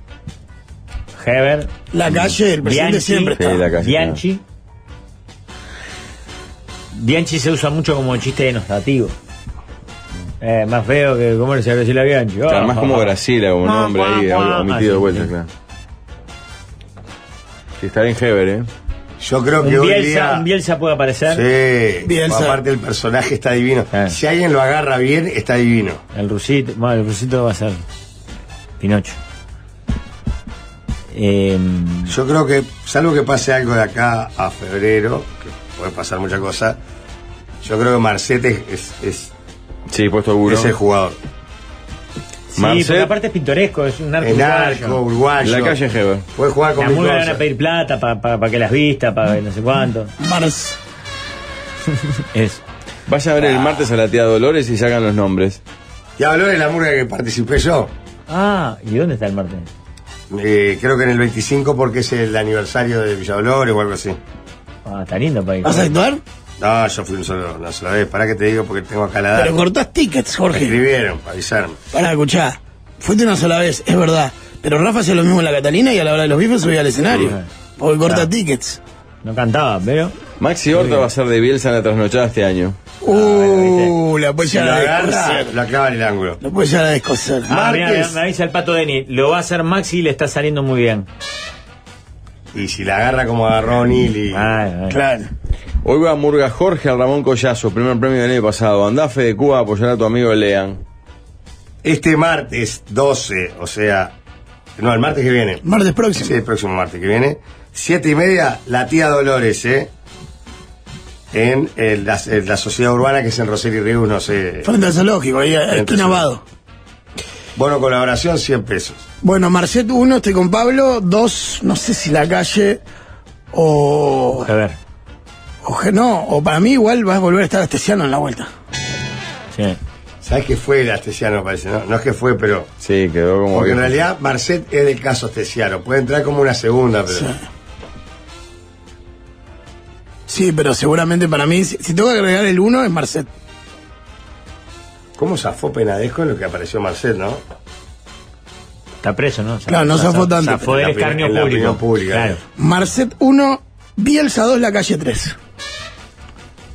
E: Heber,
D: La calle, el presidente
E: Bianchi.
D: siempre está.
G: Sí, la calle,
E: Bianchi. Bianchi se usa mucho como chiste denostativo. Eh, más feo que cómo le salió decir a Bianchi.
G: Claro, más como
E: Brasil
G: Gracila, como
E: Ah,
G: nombre ahí,
E: ah, ah,
G: omitido de
E: sí,
G: vuelta,
E: sí.
G: claro. Sí, está bien Heber, ¿eh?
F: yo creo que
E: Un
F: hoy
E: Bielsa,
F: día...
E: un Bielsa puede aparecer.
F: Sí,
D: Bielsa.
F: aparte el personaje está divino.
E: Eh.
F: Si alguien lo agarra bien, está divino.
E: El rusito, bueno, el rusito va a ser Pinocho. Eh,
F: Yo creo que, salvo que pase algo de acá a febrero, que puede pasar muchas cosas. Yo creo que Marcete es, es,
G: Sí, puesto duro.
F: es el jugador.
G: Sí, Marcet. porque
E: aparte es pintoresco, es un arco
F: El
E: uruguayo.
F: arco uruguayo.
G: La calle Heber.
F: Puede jugar con
E: Las
F: mil
E: mulas le van
F: cosas.
E: a pedir plata para que las vistas, para no sé cuánto.
N: Eso.
G: Vayan a ver
E: Ah.
G: el martes a la tía Dolores y sacan los nombres.
F: Y habló de la murga que participé yo.
E: Ah, ¿y dónde está el Martín?
F: Eh, creo que en el 25 porque es el aniversario de Villadolores o algo así.
E: Ah, está lindo para ir.
D: ¿Vas a actuar?
F: No, yo fui un solo, una sola vez. Pará que te digo porque tengo acá la data.
G: Ah.
D: Pero cortás tickets,
F: Me
D: Jorge.
F: escribieron para avisarme.
D: Para escuchar. Fuiste una sola vez, es verdad. Pero Rafa hacía lo mismo en la Catalina y a la hora de los bifes subía al escenario. Porque corta
G: Ah.
D: tickets.
E: No cantaba, pero.
G: Maxi Horta va a ser de Bielsa en la trasnochada este año.
D: Ah, Uh, la puede
F: Pues Si
D: llegar
F: lo
D: a
F: agarra,
D: descoser.
F: lo clava en el ángulo.
D: La puede llegar a descoser.
E: Ah, mirá,
F: Martes.
E: me avisa el pato Denny. Lo va a hacer Maxi y le está saliendo muy bien.
F: Y si la agarra como agarró Nili.
E: Ay, ay.
D: Claro.
G: Hoy va a Murga Jorge al Ramón Collazo, primer premio del año pasado. Andafe de Cuba a apoyar a tu amigo Lean.
F: Este martes 12, o sea. No, el martes que viene.
D: Martes próximo.
F: Sí, el próximo martes que viene. Siete y media, la tía Dolores, ¿eh? En, el- la, en la sociedad urbana que es en Rosario y Ríos, no sé.
D: Frente al zoológico, ahí a-
F: Frente
D: esquina
F: al
D: Vado.
F: Bono colaboración, 100 pesos.
D: Bueno, Marcet, uno, estoy con Pablo. Dos, no sé si la calle o.
E: A ver.
D: o que no, o para mí igual vas a volver a estar astesiano en la vuelta.
E: Sí.
F: ¿Sabes que fue el astesiano, parece? No, no es que fue, pero.
G: Sí, quedó como.
F: Porque en
G: que-
F: realidad Marcet es del caso astesiano. Puede entrar como una segunda, pero.
D: Sí. Sí, pero seguramente para mí, si, si tengo que agregar el uno, es Marcet.
F: ¿Cómo zafó Penadesco en lo que apareció Marcet, no?
E: Está preso, ¿no?
D: Claro, no zafó tanto.
E: Zafó
F: En
E: del
F: la pri-
E: escarnio
F: en la
E: público.
F: opinión pública.
E: Claro.
D: Marcet 1, Bielsa 2, la calle 3.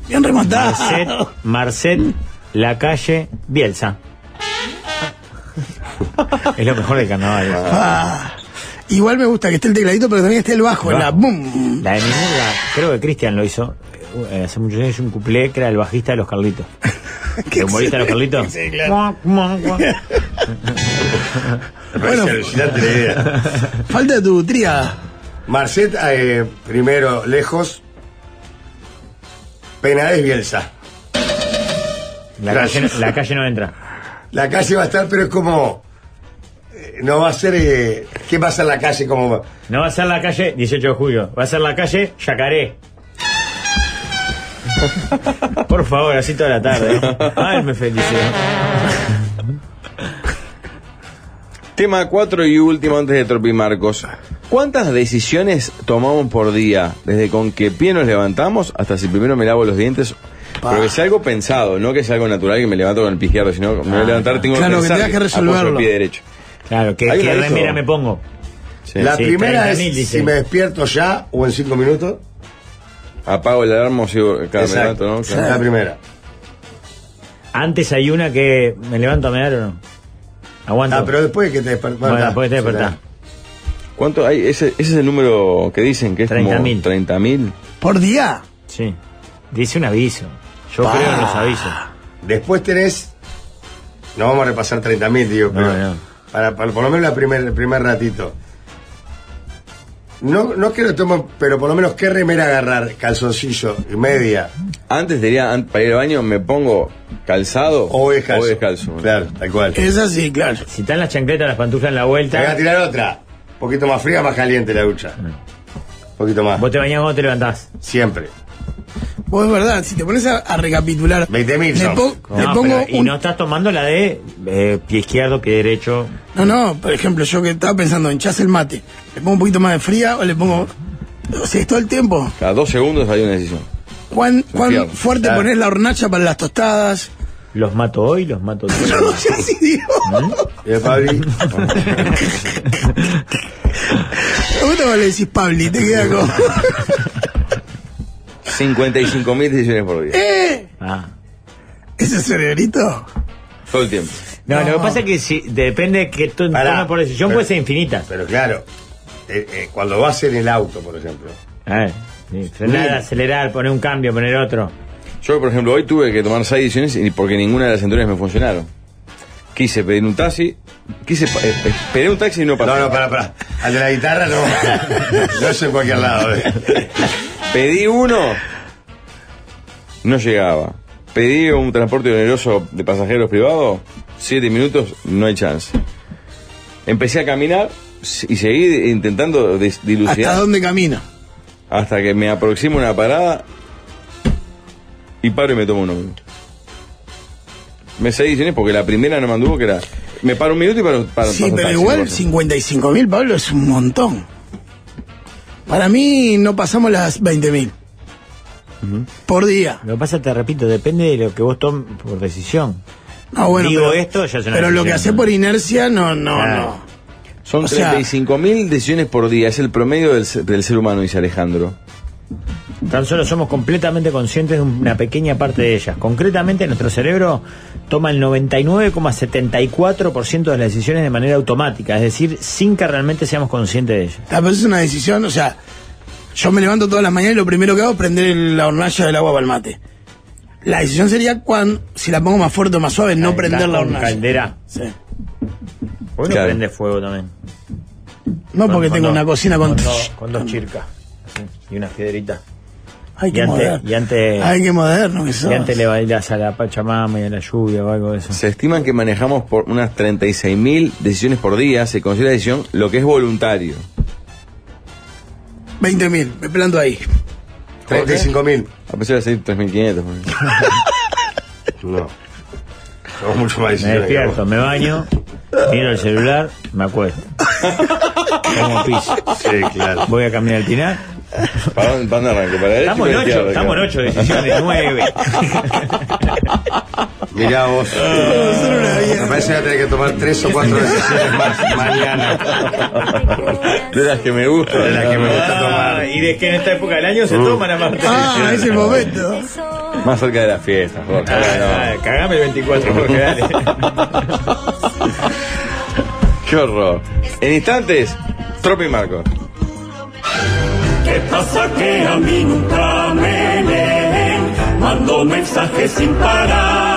D: Bien
E: Marcet,
D: rematado.
E: Marcet, la calle, Bielsa. Es lo mejor del carnaval. eso.
D: Ah. Igual me gusta que esté el tecladito, pero también esté el bajo,
E: El
D: la
E: bajo.
D: boom.
E: La de mi murga, creo que Cristian lo hizo eh, hace muchos años, un cuplé que era el bajista de los Carlitos. ¿El humorista de los Carlitos?
D: Sí,
E: Muac, muac, muac.
F: Me parece
D: Bueno.
F: alucinante la idea.
D: Falta tu tríada.
F: Marcet, eh, primero, lejos. Penades Bielsa.
E: La calle, no- la calle no entra.
F: La calle va a estar, pero es como. eh, No va a ser. eh, ¿Qué pasa en la calle? Como.
E: No va a ser la calle 18 de julio, va a ser la calle Yacaré. Por favor, así toda la tarde. ¿no? Ay, me felicito.
G: Tema 4 y último antes de Tropi Marcos. ¿Cuántas decisiones tomamos por día? Desde con qué pie nos levantamos hasta si primero me lavo los dientes. Pero que sea algo pensado, no que sea algo natural que me levanto con el pizquierdo, sino que me voy a levantar, tengo
D: Claro, que
G: que pensar.
D: tengas que
G: apoyo el
D: resolverlo.
G: pie derecho.
E: Claro, que,
G: Hay
E: que
G: una de
E: remera
G: eso.
E: me pongo.
G: Sí.
F: la
E: sí,
F: primera
E: 30.000
F: es
E: dice.
F: si me despierto ya o en cinco minutos.
G: Apago el alarma, sigo cada me
F: Exacto.
G: levanto, ¿no?
F: Esa es La
G: Claro.
F: primera.
E: Antes hay una que me levanto a mear o no. Aguanto.
F: Ah, pero después que te despertás.
E: Bueno, después te despertás.
G: ¿Cuánto hay? Ese, ese es el número que dicen que es
E: 30.000.
G: como 30.000.
D: Por día.
E: Sí. Dice un aviso. Yo creo en los avisos.
F: Después tenés. No vamos a repasar 30.000, digo,
E: No,
F: pero.
E: no.
F: Para, para- por lo menos la primer, el primer ratito. No, no quiero tomar, pero por lo menos qué remera agarrar, calzoncillo y media.
G: Antes diría, an- para ir al baño me pongo calzado
F: O descalzo.
G: o descalzo.
F: Claro, tal cual.
D: Es así, claro.
E: Si están las chancletas, las pantuflas en la vuelta,
F: Te voy a tirar otra. Un poquito más fría, más caliente la ducha. Un poquito más.
E: vos te bañás cuando te levantás.
F: Siempre.
D: Vos es verdad, si te pones a, a recapitular.
F: 20.000
D: le,
F: son.
D: po-
F: No,
D: le
E: No,
D: pongo
E: pero- y
D: un-
E: no estás tomando la de eh, pie izquierdo, pie derecho.
D: No, no, por ejemplo, yo que estaba pensando, hinchás el mate, le pongo un poquito más de fría o le pongo. O sea, es todo el tiempo.
G: Cada dos segundos hay una decisión.
D: ¿Cuán, cuán
G: Fierro,
D: fuerte
F: claro.
D: pones la hornacha para las tostadas?
E: Los mato hoy, los mato
D: Yo
E: todos.
D: no sé si digo.
E: ¿Mm?
F: Y el Pabli,
D: Me gusta cuando le decís Pabli, te queda como.
G: 55.000 decisiones por día.
D: ¿Eh?
E: Ah.
D: ¿Ese cerebrito?
G: Todo el tiempo.
E: No, lo que pasa es que si, depende de que tú
F: Pará.
E: tomes por decisión,
F: Pero-
E: puede ser infinita.
F: Pero claro, eh, eh, cuando vas en el auto, por ejemplo.
E: A ver, sí, frenar,
F: Mil.
E: acelerar, poner un cambio, poner otro.
G: Yo, por ejemplo, hoy tuve que tomar seis decisiones y- porque ninguna de las centurias me funcionaron. Quise pedir un taxi, quise pa- eh, eh, esperé un taxi y no pasó.
F: No, no, pará, pará. Al de la guitarra no. No es en cualquier lado. eh.
G: Pedí uno no llegaba. Pedí un transporte oneroso de pasajeros privado, siete minutos, no hay chance. Empecé a caminar y seguí intentando des- dilucidar
D: ¿Hasta dónde camina?
G: hasta que me aproximo a una parada y paro y me tomo uno. Me seguí diciendo porque la primera no manduvo que era. Me paro un minuto y paro. paro
D: Sí,
G: paro un
D: pero
G: taxi,
D: igual
G: cosa.
D: 55 mil, Pablo, es un montón. Para mí no pasamos las 20 mil por día.
E: Lo que pasa, te repito, depende de lo que vos tomes por decisión.
D: Ah, bueno,
E: Digo
D: pero,
E: esto, ya es una
D: pero lo que
E: decisión,
D: hace por inercia, no, no,
E: Claro.
G: Son
D: o sea-
G: 35 mil decisiones por día, es el promedio del, se- del ser humano, dice Alejandro.
E: Tan solo somos completamente conscientes de una pequeña parte de ellas. Concretamente, nuestro cerebro toma el 99,74% de las decisiones de manera automática, es decir, sin que realmente seamos conscientes de ellas.
D: no. La verdad es una decisión, o sea, yo me levanto todas las mañanas y lo primero que hago es prender el- la hornalla del agua para el mate. La decisión sería cuando, si la pongo más fuerte o más suave, no prender la
E: con
D: hornalla.
E: caldera.
D: Sí.
E: Uno
D: Claro.
E: prende fuego también.
D: No
E: Con-
D: porque
E: con
D: tengo
E: dos-
D: una cocina con...
E: dos, con dos chircas así, y unas piedritas.
D: Hay
E: y
D: que moderno.
E: antes, y antes,
D: Ay, qué moderno que sos.
E: y antes le bailas a la Pachamama y a la lluvia o algo de eso.
G: Se estiman que manejamos por unas 36 mil decisiones por día, se considera decisión lo que es voluntario.
D: 20 mil, me planto ahí.
G: 35 mil. A pesar de ser 3.500.
F: No. Son mucho más
E: Me
F: decisiones que
E: despierto,
F: vos.
E: me baño, miro el celular, me acuesto. Como piso.
F: Sí, claro.
E: Voy a caminar al final.
G: ¿Para dónde, para dónde arranco? ¿Para la derecha
E: Estamos
G: o
E: en
G: para la
E: ocho,
G: izquierda?
E: estamos en ocho decisiones, nueve.
F: Mirá vos. Me parece que voy a tener que tomar tres o cuatro decisiones más mañana.
G: De las que me gusta.
F: De las que me gusta tomar.
E: Ah, y de que en esta época del año se toman a más
D: Ah, ese momento.
G: Más cerca de las fiestas, Jorge.
E: Ah,
G: no.
E: Cagame el 24, porque dale.
G: Qué horror. En instantes, Tropi Marco.
O: ¿Qué pasa que a mí nunca me leen? Mando mensajes sin parar.